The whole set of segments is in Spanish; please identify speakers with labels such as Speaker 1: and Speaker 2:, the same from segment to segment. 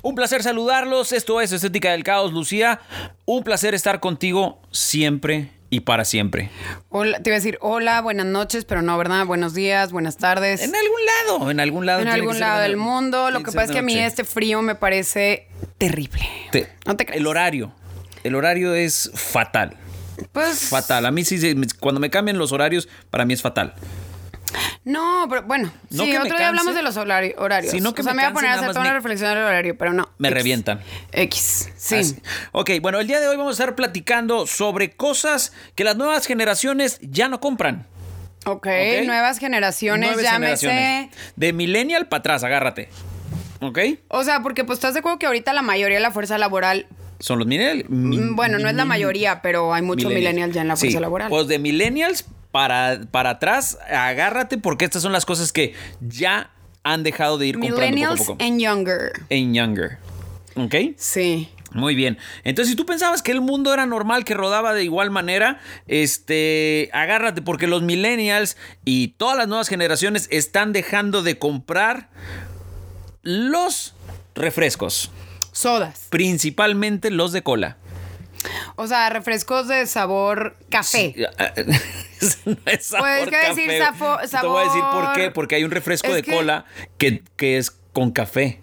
Speaker 1: Un placer saludarlos. Esto es Estética del Caos, Lucía. Un placer estar contigo siempre y para siempre.
Speaker 2: Hola, te iba a decir hola, buenas noches, pero no, ¿verdad? Buenos días, buenas tardes.
Speaker 1: En algún lado, en algún lado.
Speaker 2: En
Speaker 1: tiene que
Speaker 2: algún
Speaker 1: ser
Speaker 2: lado
Speaker 1: de-
Speaker 2: del mundo. Lo
Speaker 1: tiene
Speaker 2: que
Speaker 1: ser
Speaker 2: pasa es
Speaker 1: de
Speaker 2: que a mí
Speaker 1: noche.
Speaker 2: este frío me parece terrible.
Speaker 1: Te-
Speaker 2: No te creas.
Speaker 1: El horario. El horario es fatal.
Speaker 2: Pues,
Speaker 1: Fatal. A mí sí, se- cuando me cambian los horarios, para mí es fatal.
Speaker 2: No, pero bueno.
Speaker 1: No
Speaker 2: sí,
Speaker 1: que me
Speaker 2: otro
Speaker 1: canse,
Speaker 2: día hablamos de los horari- horarios.
Speaker 1: sino que
Speaker 2: o sea,
Speaker 1: me
Speaker 2: me, voy a poner a
Speaker 1: canse, nada
Speaker 2: hacer toda
Speaker 1: más
Speaker 2: una
Speaker 1: me-
Speaker 2: reflexión del horario, pero no.
Speaker 1: Me
Speaker 2: X.
Speaker 1: revientan.
Speaker 2: X, sí.
Speaker 1: Así. Ok, bueno, el día de hoy vamos a estar platicando sobre cosas que las nuevas generaciones ya no compran.
Speaker 2: ok, nuevas generaciones,
Speaker 1: Nuevas
Speaker 2: llámese.
Speaker 1: generaciones. De millennial para atrás, agárrate. ¿Ok?
Speaker 2: O sea, porque pues estás de acuerdo que ahorita la mayoría de la fuerza laboral,
Speaker 1: Son los millennials.
Speaker 2: mm, bueno, no es la mayoría, pero hay mucho millennial ya en la fuerza laboral.
Speaker 1: Pues de millennials para, para atrás, agárrate porque estas son las cosas que ya han dejado de ir comprando poco a
Speaker 2: Millennials
Speaker 1: poco.
Speaker 2: and younger.
Speaker 1: En younger. ¿Ok?
Speaker 2: Sí.
Speaker 1: Muy bien. Entonces, si tú pensabas que el mundo era normal, que rodaba de igual manera, este, agárrate porque los millennials y todas las nuevas generaciones están dejando de comprar los refrescos,
Speaker 2: Sodas.
Speaker 1: principalmente los de cola.
Speaker 2: O sea, refrescos de sabor café.
Speaker 1: Eso no es sabor
Speaker 2: Pues, ¿qué decir?
Speaker 1: café.
Speaker 2: Safo-
Speaker 1: Te voy a decir por
Speaker 2: sabor-
Speaker 1: qué, porque hay un refresco
Speaker 2: Es
Speaker 1: de
Speaker 2: que-
Speaker 1: cola que, que es con café.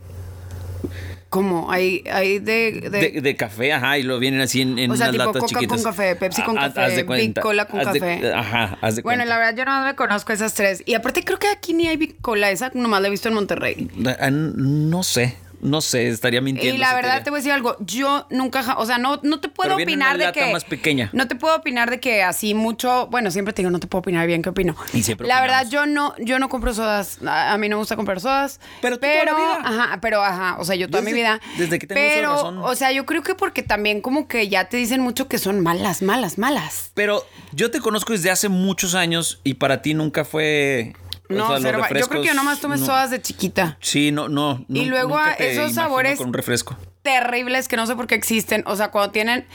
Speaker 2: ¿Cómo? Hay, hay de, de-
Speaker 1: De, de café, ajá, y lo vienen así en, en
Speaker 2: O sea,
Speaker 1: unas
Speaker 2: tipo
Speaker 1: latas
Speaker 2: Coca con
Speaker 1: chiquitas.
Speaker 2: café, Pepsi con
Speaker 1: Ah,
Speaker 2: café,
Speaker 1: haz de
Speaker 2: Big
Speaker 1: cuenta,
Speaker 2: Cola con
Speaker 1: haz de-
Speaker 2: café.
Speaker 1: ajá, haz de
Speaker 2: Bueno,
Speaker 1: cuenta.
Speaker 2: la verdad yo no me conozco esas tres. Y aparte creo que aquí ni hay bicola, esa nomás la he visto en Monterrey.
Speaker 1: Ah, No sé, no sé, estaría mintiendo.
Speaker 2: Y la
Speaker 1: si
Speaker 2: verdad
Speaker 1: te diría.
Speaker 2: te voy a decir algo, yo nunca, ja- o sea, no, no te puedo
Speaker 1: Pero viene en
Speaker 2: opinar
Speaker 1: una
Speaker 2: de
Speaker 1: lata
Speaker 2: que
Speaker 1: más pequeña.
Speaker 2: No te puedo opinar de que así mucho, bueno, siempre te digo, no te puedo opinar bien qué opino.
Speaker 1: Y siempre
Speaker 2: la
Speaker 1: opinamos.
Speaker 2: verdad yo no yo no compro sodas, a, a mí no me gusta comprar sodas,
Speaker 1: Pero tú toda la
Speaker 2: pero
Speaker 1: vida.
Speaker 2: ajá, pero ajá, o sea, yo toda
Speaker 1: Desde-
Speaker 2: mi vida
Speaker 1: desde que tengo uso de
Speaker 2: Pero
Speaker 1: razón.
Speaker 2: o sea, yo creo que porque también como que ya te dicen mucho que son malas, malas, malas.
Speaker 1: Pero yo te conozco desde hace muchos años y para ti nunca fue. o
Speaker 2: No,
Speaker 1: sea, los
Speaker 2: cero va- yo creo que yo
Speaker 1: refrescos,
Speaker 2: nomás tomé
Speaker 1: no.
Speaker 2: sodas de chiquita.
Speaker 1: Sí, no, no.
Speaker 2: Y
Speaker 1: nun-
Speaker 2: luego
Speaker 1: nunca
Speaker 2: a
Speaker 1: te
Speaker 2: esos
Speaker 1: imagino
Speaker 2: sabores-
Speaker 1: Con un refresco.
Speaker 2: Terribles que no sé por qué existen. O sea, cuando tienen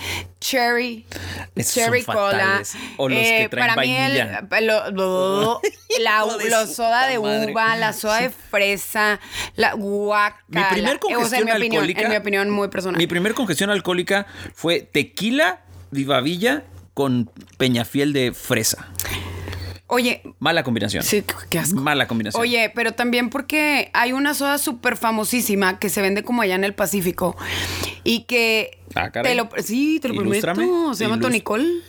Speaker 2: cherry,
Speaker 1: Esos
Speaker 2: cherry
Speaker 1: son
Speaker 2: cola. eh,
Speaker 1: fatales. O los que traen
Speaker 2: para mí,
Speaker 1: vainilla.
Speaker 2: el, lo- lo- la
Speaker 1: Hijo de
Speaker 2: lo
Speaker 1: su
Speaker 2: soda
Speaker 1: puta
Speaker 2: de
Speaker 1: madre.
Speaker 2: uva, la soda de fresa, la guaca.
Speaker 1: Mi primer
Speaker 2: Eh, O sea, en
Speaker 1: congestión
Speaker 2: mi opinión,
Speaker 1: alcohólica.
Speaker 2: en mi opinión muy personal.
Speaker 1: Mi primer congestión alcohólica fue tequila, vivavilla con peñafiel de fresa.
Speaker 2: Oye,
Speaker 1: Mala combinación.
Speaker 2: Sí, qué- qué asco.
Speaker 1: Mala combinación.
Speaker 2: Oye, pero también porque hay una soda súper famosísima que se vende como allá en el Pacífico y que...
Speaker 1: Ah, caray.
Speaker 2: te lo, sí, te lo
Speaker 1: Ilústrame.
Speaker 2: prometo. Se llama
Speaker 1: Ilústrame.
Speaker 2: Tonicol.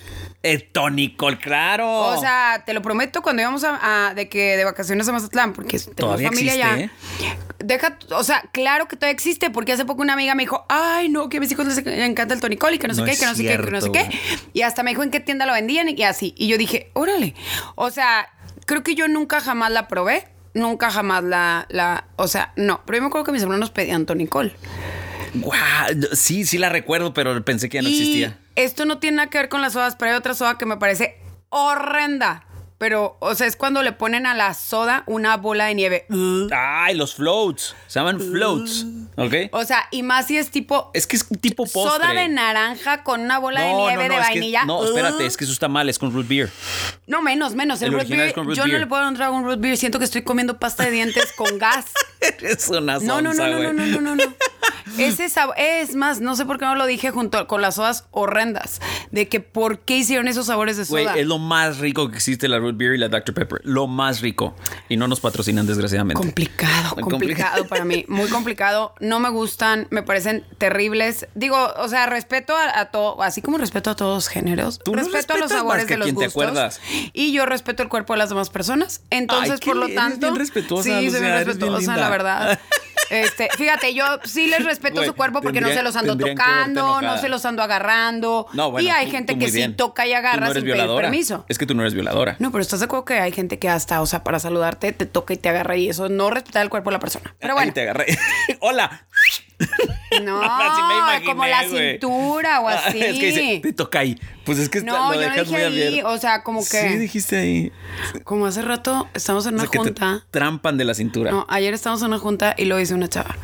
Speaker 1: Eh, Tonicol, claro.
Speaker 2: O sea, te lo prometo, cuando íbamos a, a- de que de vacaciones a Mazatlán, porque tenemos
Speaker 1: Todavía
Speaker 2: familia
Speaker 1: existe,
Speaker 2: allá. Deja, o sea, claro que todavía existe, porque hace poco una amiga me dijo, ay, no, que a mis hijos les encanta el tonicol y que no sé
Speaker 1: No
Speaker 2: qué,
Speaker 1: es
Speaker 2: que no sé qué, que no sé
Speaker 1: cierto,
Speaker 2: qué. Y hasta me dijo en qué tienda lo vendían y así. Y yo dije, órale. O sea, creo que yo nunca jamás la probé. Nunca jamás la, la, o sea, no. Pero yo me acuerdo que mis hermanos pedían tonicol.
Speaker 1: ¿eh? Guau, sí, sí la recuerdo, pero pensé que ya no
Speaker 2: Y
Speaker 1: existía.
Speaker 2: Esto no tiene nada que ver con las sodas, pero hay otra soda que me parece horrenda. Pero, o sea, es cuando le ponen a la soda una bola de nieve.
Speaker 1: Ay, los floats. Se llaman floats. ¿Ok?
Speaker 2: O sea, y más si es tipo.
Speaker 1: Es que es tipo postre.
Speaker 2: Soda de naranja con una bola de
Speaker 1: No,
Speaker 2: nieve
Speaker 1: no, no,
Speaker 2: de
Speaker 1: es que-
Speaker 2: vainilla.
Speaker 1: no, espérate,
Speaker 2: Uh.
Speaker 1: es que eso está mal, es con root beer.
Speaker 2: No, menos, menos. El,
Speaker 1: El
Speaker 2: root
Speaker 1: original
Speaker 2: beer.
Speaker 1: es con root
Speaker 2: yo no
Speaker 1: beer.
Speaker 2: le puedo entrar a un root beer. Siento que estoy comiendo pasta de dientes con gas.
Speaker 1: es una
Speaker 2: No, no, no,
Speaker 1: sonsa,
Speaker 2: no, no,
Speaker 1: güey.
Speaker 2: no, no, no, no. Ese sabor, es más, no sé por qué no lo dije junto con las sodas horrendas. De que por qué hicieron esos sabores de soda.
Speaker 1: Güey, es lo más rico que existe la root beer y la Dr. Pepper. Lo más rico. Y no nos patrocinan, desgraciadamente.
Speaker 2: Complicado,
Speaker 1: Compli-
Speaker 2: complicado para mí, muy complicado. No me gustan, me parecen terribles. Digo, o sea, respeto a, a todo, así como respeto a todos los géneros,
Speaker 1: Tú no
Speaker 2: respeto a los
Speaker 1: respetas más
Speaker 2: sabores
Speaker 1: que
Speaker 2: de
Speaker 1: a
Speaker 2: los
Speaker 1: quien te
Speaker 2: gustos.
Speaker 1: acuerdas.
Speaker 2: Y yo respeto el cuerpo de las demás personas. Entonces,
Speaker 1: qué
Speaker 2: por lo
Speaker 1: le- eres
Speaker 2: tanto.
Speaker 1: bien respetuosa,
Speaker 2: sí, soy
Speaker 1: Lucía,
Speaker 2: bien
Speaker 1: eres bien
Speaker 2: respetuosa,
Speaker 1: linda.
Speaker 2: la verdad. Este, fíjate, yo sí les respeto
Speaker 1: Güey,
Speaker 2: su cuerpo porque no
Speaker 1: tendrían-
Speaker 2: se los ando
Speaker 1: tendrían que verte
Speaker 2: tocando, no
Speaker 1: enojada.
Speaker 2: se los ando agarrando.
Speaker 1: No, bueno,
Speaker 2: y hay
Speaker 1: tú-
Speaker 2: gente
Speaker 1: tú
Speaker 2: que
Speaker 1: muy
Speaker 2: sí
Speaker 1: bien.
Speaker 2: toca y
Speaker 1: Tú no
Speaker 2: agarra
Speaker 1: eres
Speaker 2: sin pedir
Speaker 1: violadora.
Speaker 2: permiso.
Speaker 1: Es que tú no eres violadora.
Speaker 2: No, pero estás de acuerdo que hay gente que hasta, o sea, para saludarte te toca y te agarra y eso no respetar el cuerpo de la persona. Pero
Speaker 1: Ahí
Speaker 2: bueno,
Speaker 1: te agarré. Hola.
Speaker 2: no,
Speaker 1: Así me imaginé,
Speaker 2: como la
Speaker 1: güey.
Speaker 2: cintura o
Speaker 1: Ah,
Speaker 2: así.
Speaker 1: Es que dice, te toca ahí. Pues es que
Speaker 2: No,
Speaker 1: lo
Speaker 2: yo no
Speaker 1: dejas
Speaker 2: dije
Speaker 1: muy
Speaker 2: ahí,
Speaker 1: abierto.
Speaker 2: o sea, como que-
Speaker 1: Sí, dijiste ahí.
Speaker 2: Como hace rato estamos
Speaker 1: O
Speaker 2: en una
Speaker 1: sea, que te
Speaker 2: junta.
Speaker 1: trampan de la cintura.
Speaker 2: No, ayer estábamos en una junta y lo hizo una chava.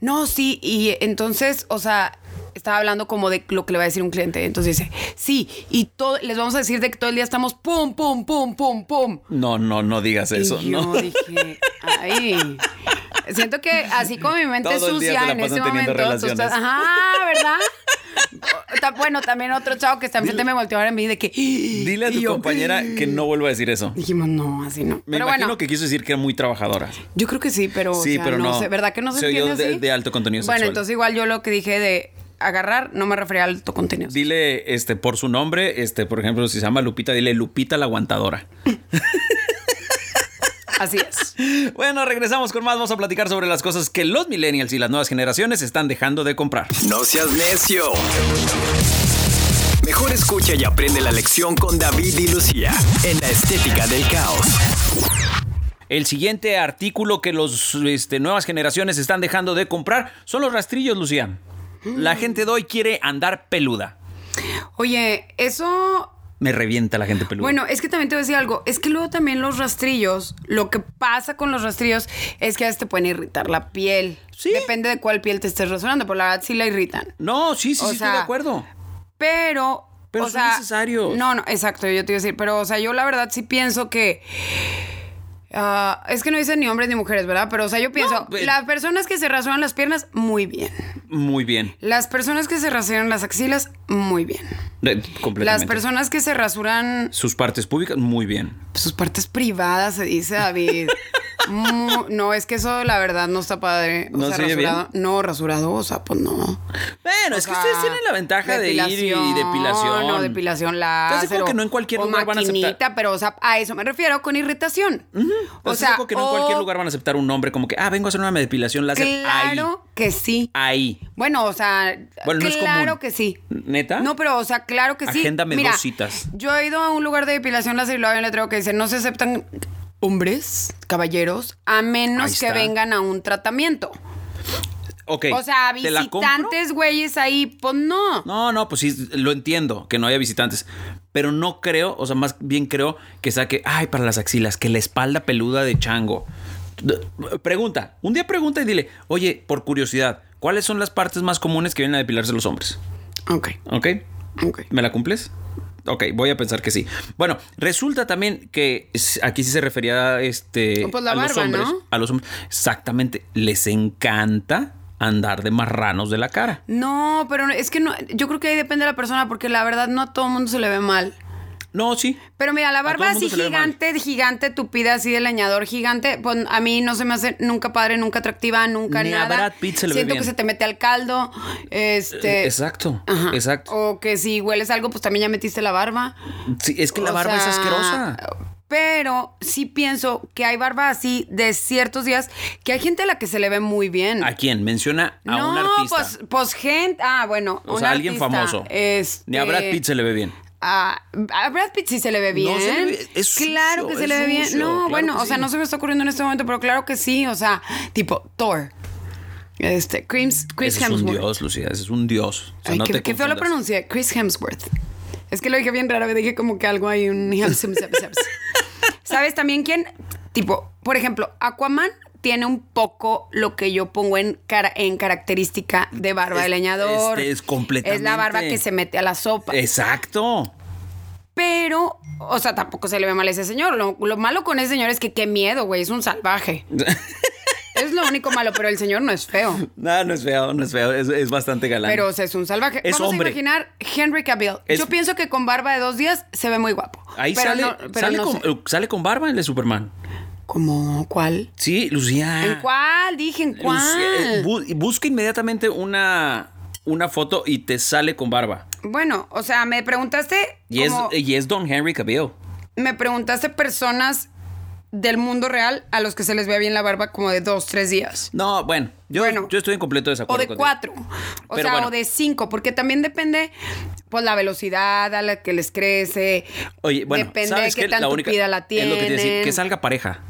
Speaker 2: No, sí, y entonces, o sea, estaba hablando como de lo que le va a decir un cliente. Entonces dice, sí, y todo, les vamos a decir de que todo el día estamos pum, pum, pum, pum, pum.
Speaker 1: No, no, no digas eso.
Speaker 2: y yo
Speaker 1: no.
Speaker 2: dije, ay. Siento que así como mi mente
Speaker 1: Todo el día
Speaker 2: sucia
Speaker 1: se la
Speaker 2: en
Speaker 1: pasan
Speaker 2: este
Speaker 1: teniendo
Speaker 2: momento. tú
Speaker 1: relaciones.
Speaker 2: estás- ajá, ¿verdad? O- ta- Bueno, también otro chavo que está enfrente me volteó a ver en mí de que.
Speaker 1: Dile a
Speaker 2: y
Speaker 1: tu
Speaker 2: yo,
Speaker 1: compañera que no vuelva a decir eso.
Speaker 2: Dijimos, no, así no.
Speaker 1: Me
Speaker 2: Pero
Speaker 1: imagino
Speaker 2: bueno,
Speaker 1: que quiso decir que era muy trabajadora.
Speaker 2: yo creo que sí, pero. o
Speaker 1: Sí,
Speaker 2: sea,
Speaker 1: pero
Speaker 2: no.
Speaker 1: no.
Speaker 2: sé, ¿Verdad que no se,
Speaker 1: Se oyó
Speaker 2: entiende
Speaker 1: de-
Speaker 2: así?
Speaker 1: de alto contenido
Speaker 2: Bueno,
Speaker 1: sexual.
Speaker 2: entonces igual yo lo que dije de agarrar no me refería al alto contenido.
Speaker 1: Dile este por su nombre, este, por ejemplo, si se llama Lupita, dile Lupita la aguantadora.
Speaker 2: Así es.
Speaker 1: Bueno, regresamos con más. Vamos a platicar sobre las cosas que los millennials y las nuevas generaciones están dejando de comprar.
Speaker 3: No seas necio. Mejor escucha y aprende la lección con David y Lucía en la estética del caos.
Speaker 1: El siguiente artículo que los este, nuevas generaciones están dejando de comprar son los rastrillos, Lucía. La gente de hoy quiere andar peluda.
Speaker 2: Oye, eso.
Speaker 1: Me revienta la gente peluda.
Speaker 2: Bueno, es que también te voy a decir algo. Es que luego también los rastrillos, lo que pasa con los rastrillos es que a veces te pueden irritar la piel.
Speaker 1: Sí.
Speaker 2: Depende de cuál piel te estés razonando, pero la verdad sí la irritan.
Speaker 1: no, sí, sí,
Speaker 2: o
Speaker 1: sí, estoy
Speaker 2: sea,
Speaker 1: de acuerdo.
Speaker 2: Pero.
Speaker 1: Pero
Speaker 2: o
Speaker 1: son
Speaker 2: sea,
Speaker 1: necesarios.
Speaker 2: No, no, exacto, yo te iba a decir. Pero, o sea, yo la verdad sí pienso que. ah, es que no dicen ni hombres ni mujeres, ¿verdad? Pero, o sea, yo pienso,
Speaker 1: No, eh.
Speaker 2: las personas que se rasuran las piernas, muy bien.
Speaker 1: Muy bien.
Speaker 2: Las personas que se rasuran las axilas, muy bien.
Speaker 1: De- completamente.
Speaker 2: Las personas que se rasuran
Speaker 1: Sus partes públicas, muy bien.
Speaker 2: sus partes privadas, se dice David. Mu- no, es que eso la verdad no está padre. O
Speaker 1: ¿No
Speaker 2: sea,
Speaker 1: se oye bien?
Speaker 2: rasurado. No, rasurado, o sea, pues no.
Speaker 1: Bueno,
Speaker 2: O
Speaker 1: es que
Speaker 2: sea,
Speaker 1: ustedes tienen la ventaja de ir y
Speaker 2: depilación,
Speaker 1: depilación.
Speaker 2: No, depilación
Speaker 1: ¿Estás de
Speaker 2: láser.
Speaker 1: acuerdo
Speaker 2: o-
Speaker 1: que no en cualquier
Speaker 2: o
Speaker 1: lugar van a
Speaker 2: maquinita,
Speaker 1: aceptar?
Speaker 2: pero o sea, a eso me refiero con irritación. O
Speaker 1: ¿Estás de
Speaker 2: sea, oh,
Speaker 1: acuerdo que no en
Speaker 2: o-
Speaker 1: cualquier lugar van a aceptar un nombre como que, ah, vengo a hacer una depilación láser?
Speaker 2: Claro que sí.
Speaker 1: Ahí. Ahí.
Speaker 2: Bueno, o sea,
Speaker 1: Bueno, no es
Speaker 2: claro
Speaker 1: común.
Speaker 2: que sí.
Speaker 1: ¿Neta?
Speaker 2: No, pero, o sea, claro que sí.
Speaker 1: Agéndame
Speaker 2: Mira,
Speaker 1: dos citas.
Speaker 2: Yo he ido a un lugar de depilación láser y luego hay un letrero que dice, no se aceptan hombres, caballeros, a
Speaker 1: Ahí
Speaker 2: menos que
Speaker 1: está.
Speaker 2: vengan a un tratamiento.
Speaker 1: Ok.
Speaker 2: pues, O sea,
Speaker 1: ¿Te la compro?
Speaker 2: visitantes, güeyes, ahí, pues no.
Speaker 1: No, no, pues sí, lo entiendo, que no haya visitantes. Pero no creo, o sea, más bien creo que saque, ay, para las axilas, que la espalda peluda de chango. D- Pregunta, un día pregunta y dile, oye, por curiosidad, ¿cuáles son las partes más comunes que vienen a depilarse los hombres?
Speaker 2: Ok,
Speaker 1: ¿Ok?
Speaker 2: ok.
Speaker 1: ¿Me la cumples? Ok, voy a pensar que sí. Bueno, resulta también que s- aquí sí se refería este,
Speaker 2: Pues la
Speaker 1: a los
Speaker 2: barba,
Speaker 1: hombres.
Speaker 2: ¿no?
Speaker 1: A los hombres. Exactamente. Les encanta andar de marranos de la cara.
Speaker 2: No, pero es que no, yo creo que ahí depende de la persona porque la verdad no a todo el mundo se le ve mal.
Speaker 1: No, sí.
Speaker 2: Pero mira, la
Speaker 1: A todo
Speaker 2: barba
Speaker 1: el mundo
Speaker 2: así
Speaker 1: se le ve mal.
Speaker 2: gigante, gigante, tupida, así de leñador gigante, pues a mí no se me hace nunca padre, nunca atractiva, nunca
Speaker 1: Ni a
Speaker 2: nada.
Speaker 1: Brad Pitt se le ve
Speaker 2: Siento
Speaker 1: bien.
Speaker 2: que se te mete al caldo. Este.
Speaker 1: eh, Exacto.
Speaker 2: Ajá.
Speaker 1: Exacto.
Speaker 2: O que si hueles algo, pues también ya metiste la barba.
Speaker 1: Sí, es que la
Speaker 2: O
Speaker 1: barba
Speaker 2: sea,
Speaker 1: es asquerosa.
Speaker 2: Pero sí pienso que hay barba así de ciertos días que hay gente a la que se le ve muy bien.
Speaker 1: ¿A quién? Menciona a
Speaker 2: mm. no,
Speaker 1: un artista.
Speaker 2: pues, pues gente. Ah, bueno.
Speaker 1: o
Speaker 2: un
Speaker 1: sea, alguien
Speaker 2: artista,
Speaker 1: famoso.
Speaker 2: Este,
Speaker 1: Ni a Brad Pitt se le ve bien.
Speaker 2: Ah, a Brad Pitt sí se le ve bien.
Speaker 1: No, se le ve- es
Speaker 2: claro
Speaker 1: sucio,
Speaker 2: que se
Speaker 1: es
Speaker 2: le ve bien.
Speaker 1: sucio,
Speaker 2: No,
Speaker 1: claro
Speaker 2: bueno,
Speaker 1: que
Speaker 2: o sea,
Speaker 1: sí.
Speaker 2: no se me está ocurriendo en este momento, pero claro que sí. O sea, tipo Thor. Este, Chris, Chris
Speaker 1: Ese es un
Speaker 2: Hemsworth.
Speaker 1: dios, Lucía. Ese es un dios. O sea,
Speaker 2: Ay,
Speaker 1: no
Speaker 2: qué,
Speaker 1: te
Speaker 2: qué feo lo
Speaker 1: confundas.
Speaker 2: pronuncié. Chris Hemsworth. Es que lo dije bien raro, dije como que algo hay un ¿Sabes también quién? Tipo, por ejemplo, Aquaman tiene un poco lo que yo pongo en, cara, en característica de barba de
Speaker 1: Es-
Speaker 2: leñador.
Speaker 1: este es completamente- Eh.
Speaker 2: Es la barba que se mete a la sopa.
Speaker 1: Exacto.
Speaker 2: Pero, o sea, tampoco se le ve mal a ese señor. Lo, lo malo con ese señor es que qué miedo, güey. Es un salvaje. es lo único malo, pero el señor no es feo.
Speaker 1: No, no es feo, no es feo. Es, es bastante galán.
Speaker 2: Pero o sea, es un salvaje.
Speaker 1: Es
Speaker 2: Vamos
Speaker 1: hombre.
Speaker 2: a imaginar Henry Cavill.
Speaker 1: Es-
Speaker 2: Yo pienso que con barba de dos días se ve muy guapo.
Speaker 1: Ahí
Speaker 2: pero
Speaker 1: sale,
Speaker 2: no- pero
Speaker 1: sale,
Speaker 2: no
Speaker 1: con,
Speaker 2: sé.
Speaker 1: eh, sale con barba el de Superman.
Speaker 2: ¿Cómo? ¿Cuál?
Speaker 1: Sí, Lucía.
Speaker 2: ¿En cuál? Dije, ¿en cuál?
Speaker 1: Lucía, Ah. eh, bu- busca inmediatamente una, una foto y te sale con barba.
Speaker 2: bueno, o sea, me preguntaste
Speaker 1: Y es, eh,
Speaker 2: como-
Speaker 1: y es Don Henry Cavill.
Speaker 2: me preguntaste personas del mundo real a los que se les vea bien la barba como de dos, tres días.
Speaker 1: No, bueno, yo,
Speaker 2: Bueno.
Speaker 1: yo estoy en completo
Speaker 2: O
Speaker 1: desacuerdo.
Speaker 2: de
Speaker 1: contigo.
Speaker 2: cuatro. O
Speaker 1: Pero
Speaker 2: sea,
Speaker 1: bueno.
Speaker 2: o de cinco. Porque también depende, pues, la velocidad a la que les crece.
Speaker 1: Oye, bueno,
Speaker 2: depende
Speaker 1: ¿sabes
Speaker 2: de qué
Speaker 1: qué?
Speaker 2: tan
Speaker 1: la única,
Speaker 2: tupida la
Speaker 1: Es
Speaker 2: tienen.
Speaker 1: lo que te decía, que salga pareja.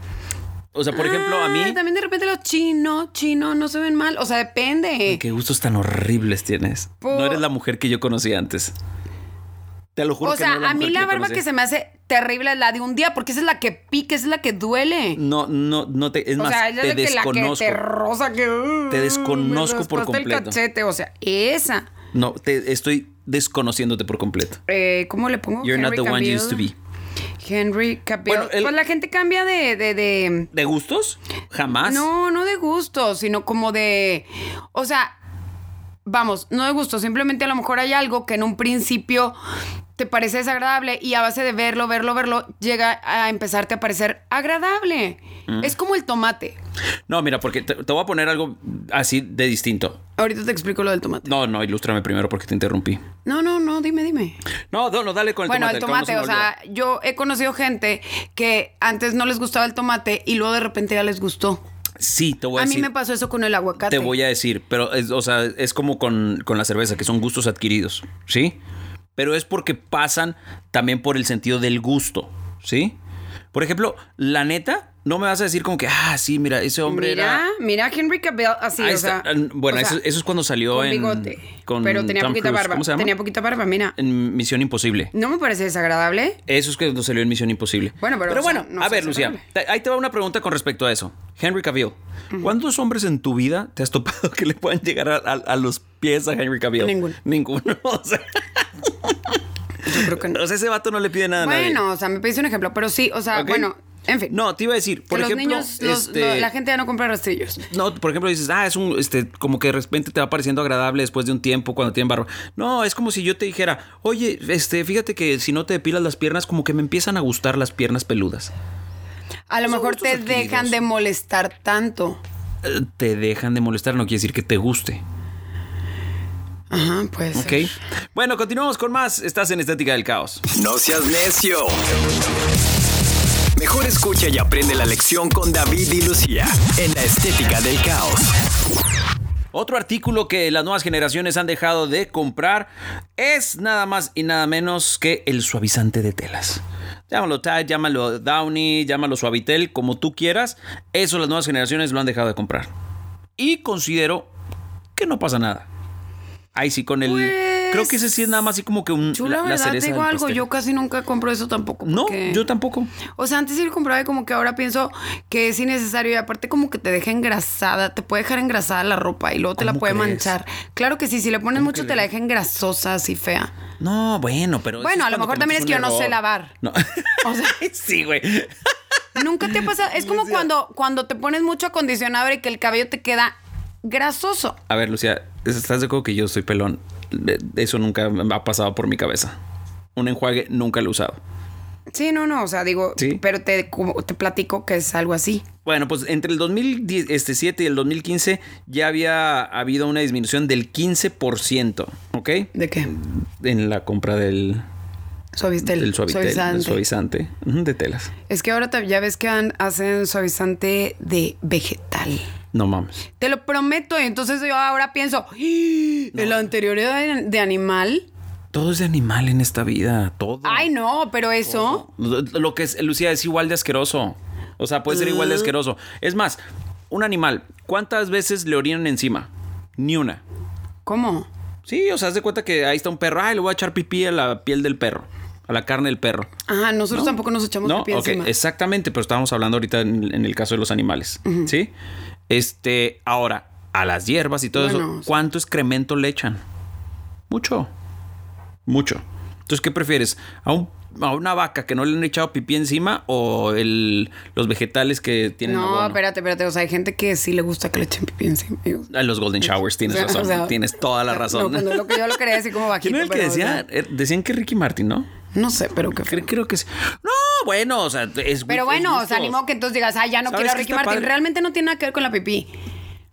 Speaker 1: O sea, por ejemplo, a
Speaker 2: Ah,
Speaker 1: mí...
Speaker 2: También de repente los chinos, chinos, no se ven mal. O sea, depende.
Speaker 1: Qué gustos tan horribles tienes.
Speaker 2: Por-
Speaker 1: No eres la mujer que yo conocí antes. Te lo juro
Speaker 2: O
Speaker 1: que
Speaker 2: sea,
Speaker 1: no eres la
Speaker 2: a mí
Speaker 1: mujer
Speaker 2: la
Speaker 1: yo
Speaker 2: barba
Speaker 1: conocí.
Speaker 2: que se me hace terrible es la de un día, porque esa es la que pica, esa es la que duele.
Speaker 1: No, no, no te... Es
Speaker 2: o
Speaker 1: más,
Speaker 2: sea, ella
Speaker 1: te
Speaker 2: es la que, la que
Speaker 1: desconozco.
Speaker 2: te rosa, que. uh,
Speaker 1: Te desconozco
Speaker 2: me
Speaker 1: por
Speaker 2: raspaste el
Speaker 1: completo.
Speaker 2: cachete, o sea, esa.
Speaker 1: No, te estoy desconociéndote por completo.
Speaker 2: Eh, ¿Cómo le pongo?
Speaker 1: You're not
Speaker 2: Henry
Speaker 1: the one you
Speaker 2: Cavill.
Speaker 1: used to be.
Speaker 2: Henry Cavill.
Speaker 1: Bueno, el-
Speaker 2: Pues la gente cambia de. de, de-
Speaker 1: ¿De gustos? Jamás.
Speaker 2: No, no de gusto, sino como de. O sea, vamos, no de gusto. Simplemente a lo mejor hay algo que en un principio te parece desagradable y a base de verlo, verlo, verlo, llega a empezarte a parecer agradable.
Speaker 1: Mm.
Speaker 2: Es como el tomate.
Speaker 1: No, mira, porque te, te voy a poner algo así de distinto.
Speaker 2: Ahorita te explico lo del tomate.
Speaker 1: No, no, ilústrame primero porque te interrumpí.
Speaker 2: No, no, no, dime, dime.
Speaker 1: No, no, no, dale con el
Speaker 2: bueno,
Speaker 1: tomate.
Speaker 2: el
Speaker 1: al cabo no se
Speaker 2: tomate,
Speaker 1: me
Speaker 2: o sea, yo he conocido gente que antes no les gustaba el tomate y luego de repente ya les gustó.
Speaker 1: olvida. Sí, te voy a,
Speaker 2: A mí
Speaker 1: decir.
Speaker 2: me pasó eso con el aguacate.
Speaker 1: te voy a decir, pero es, o sea, es como con, con la cerveza, que son gustos adquiridos, ¿sí? Pero es porque pasan también por el sentido del gusto, ¿sí? Por ejemplo, la neta, no me vas a decir como que, ah, sí, mira, ese hombre era.
Speaker 2: Mira, mira Henry Cavill así,
Speaker 1: Ahí
Speaker 2: o sea,
Speaker 1: está. Mm, Bueno,
Speaker 2: o sea,
Speaker 1: eso, eso es cuando salió
Speaker 2: con
Speaker 1: en.
Speaker 2: bigote,
Speaker 1: con
Speaker 2: pero tenía
Speaker 1: Tom
Speaker 2: poquita
Speaker 1: Cruise.
Speaker 2: barba,
Speaker 1: ¿Cómo se llama?
Speaker 2: tenía poquita barba, mira.
Speaker 1: En Misión Imposible.
Speaker 2: No me parece desagradable.
Speaker 1: Eso es cuando salió en Misión Imposible.
Speaker 2: Bueno, pero, o sea,
Speaker 1: bueno,
Speaker 2: no
Speaker 1: a
Speaker 2: sé
Speaker 1: ver,
Speaker 2: si
Speaker 1: Lucía,
Speaker 2: horrible.
Speaker 1: te- ahí te va una pregunta con respecto a eso. Henry Cavill, ¿cuántos hombres en tu vida te has topado que le puedan llegar a, a- a los pies a Henry Cavill?
Speaker 2: Ninguno.
Speaker 1: Ninguno. O sea,
Speaker 2: Yo creo que no.
Speaker 1: o sea, ese vato no le pide nada a nadie.
Speaker 2: bueno, o sea, me pediste un ejemplo, pero sí, o sea,
Speaker 1: ¿Ok?
Speaker 2: bueno, en fin.
Speaker 1: No, te iba a decir,
Speaker 2: Que
Speaker 1: por
Speaker 2: los
Speaker 1: ejemplo,
Speaker 2: niños, los-
Speaker 1: este,
Speaker 2: lo- la gente ya no compra rastrillos.
Speaker 1: No, por ejemplo, dices, ah, es un, este, como que de repente te va pareciendo agradable después de un tiempo cuando tienen barba. No, es como si yo te dijera, oye, este, fíjate que si no te depilas las piernas, como que me empiezan a gustar las piernas peludas.
Speaker 2: A lo
Speaker 1: Son
Speaker 2: mejor
Speaker 1: gustos
Speaker 2: te
Speaker 1: adquiridos.
Speaker 2: dejan de molestar tanto.
Speaker 1: Eh, Te dejan de molestar, no quiere decir que te guste.
Speaker 2: Ajá, pues.
Speaker 1: Ok. Bueno, continuamos con más. Estás en Estética del Caos.
Speaker 3: No seas necio. Mejor escucha y aprende la lección con David y Lucía en la estética del caos.
Speaker 1: Otro artículo que las nuevas generaciones han dejado de comprar es nada más y nada menos que el suavizante de telas. Llámalo Tide, llámalo Downy, llámalo Suavitel, como tú quieras. Eso las nuevas generaciones lo han dejado de comprar. Y considero que no pasa nada. Ahí sí, con el.
Speaker 2: Pues,
Speaker 1: creo que ese sí es nada más así como que un.
Speaker 2: Tú la, verdad te digo
Speaker 1: del
Speaker 2: algo,
Speaker 1: pastel.
Speaker 2: yo casi nunca compro eso tampoco.
Speaker 1: No,
Speaker 2: porque-
Speaker 1: yo tampoco.
Speaker 2: O sea, antes sí lo compraba y como que ahora pienso que es innecesario y aparte como que te deja engrasada, te puede dejar engrasada la ropa y luego te la
Speaker 1: ¿Cómo
Speaker 2: puede
Speaker 1: crees?
Speaker 2: manchar. Claro que sí, si le pones mucho te la deja engrasosa así fea.
Speaker 1: No, bueno, pero. eso
Speaker 2: Bueno,
Speaker 1: es
Speaker 2: a lo
Speaker 1: cuando
Speaker 2: mejor también
Speaker 1: cometes
Speaker 2: es
Speaker 1: un
Speaker 2: que yo no sé
Speaker 1: error.
Speaker 2: lavar.
Speaker 1: No.
Speaker 2: O sea,
Speaker 1: sí, güey.
Speaker 2: nunca te pasa, es como cuando cuando te pones mucho acondicionador y que el cabello te queda grasoso.
Speaker 1: A ver, Lucía, ¿estás de acuerdo que yo soy pelón? De- de Eso nunca me ha pasado por mi cabeza. Un enjuague nunca lo he usado.
Speaker 2: Sí, no, no, o sea, digo,
Speaker 1: Sí.
Speaker 2: pero te como- te platico que es algo así.
Speaker 1: Bueno, pues entre el 2017 este, y el 2015 ya había habido una disminución del 15%, ¿ok?
Speaker 2: ¿De qué?
Speaker 1: En la compra del,
Speaker 2: Suavistel.
Speaker 1: del suavitel, del
Speaker 2: suavizante.
Speaker 1: suavizante, ujú, de telas.
Speaker 2: Es que ahora te- ya ves que han- hacen suavizante de vegetal.
Speaker 1: No mames.
Speaker 2: Te lo prometo. Y entonces yo ahora pienso, "Ah, el anterior era de, de animal.
Speaker 1: Todo es de animal en esta vida, todo.
Speaker 2: Ay, no, pero eso.
Speaker 1: Lo lo que es, Lucía, es igual de asqueroso. O sea, puede ser igual de asqueroso. Es más, un animal, ¿cuántas veces le orinan encima? Ni una.
Speaker 2: ¿Cómo?
Speaker 1: Sí, o sea, haz de cuenta que ahí está un perro. Ay, le voy a echar pipí a la piel del perro, a la carne del perro.
Speaker 2: Ajá, nosotros tampoco nos echamos
Speaker 1: no,
Speaker 2: pipí
Speaker 1: ok,
Speaker 2: encima.
Speaker 1: exactamente, pero estábamos hablando ahorita en, en el caso de los animales. ¿Sí? Este, ahora, a las hierbas y todo
Speaker 2: Bueno,
Speaker 1: eso,
Speaker 2: sí.
Speaker 1: ¿cuánto excremento le echan? Mucho. Mucho. Entonces, ¿qué prefieres? ¿A, un- a una vaca que no le han echado pipí encima o el, los vegetales que tienen
Speaker 2: no,
Speaker 1: abono?
Speaker 2: espérate, espérate. O sea, hay gente que sí le gusta que le echen pipí encima. Digo,
Speaker 1: A Ah, los golden showers, tienes
Speaker 2: o sea,
Speaker 1: razón.
Speaker 2: o sea,
Speaker 1: tienes toda la
Speaker 2: no,
Speaker 1: razón.
Speaker 2: cuando lo que yo lo quería decir como bajito,
Speaker 1: ¿Quién era el que
Speaker 2: pero, o
Speaker 1: decía?
Speaker 2: sea-
Speaker 1: Eh, Decían que Ricky Martin, ¿no?
Speaker 2: no sé, pero qué
Speaker 1: Creo,
Speaker 2: feo.
Speaker 1: creo que sí. No, bueno, o sea, es
Speaker 2: Pero
Speaker 1: es
Speaker 2: bueno, o
Speaker 1: gustos.
Speaker 2: sea, ni modo que entonces digas, ay, ya no
Speaker 1: ¿Sabes
Speaker 2: quiero a
Speaker 1: qué
Speaker 2: Ricky
Speaker 1: está
Speaker 2: Martin.
Speaker 1: padre?
Speaker 2: Realmente no tiene nada que ver con la pipí.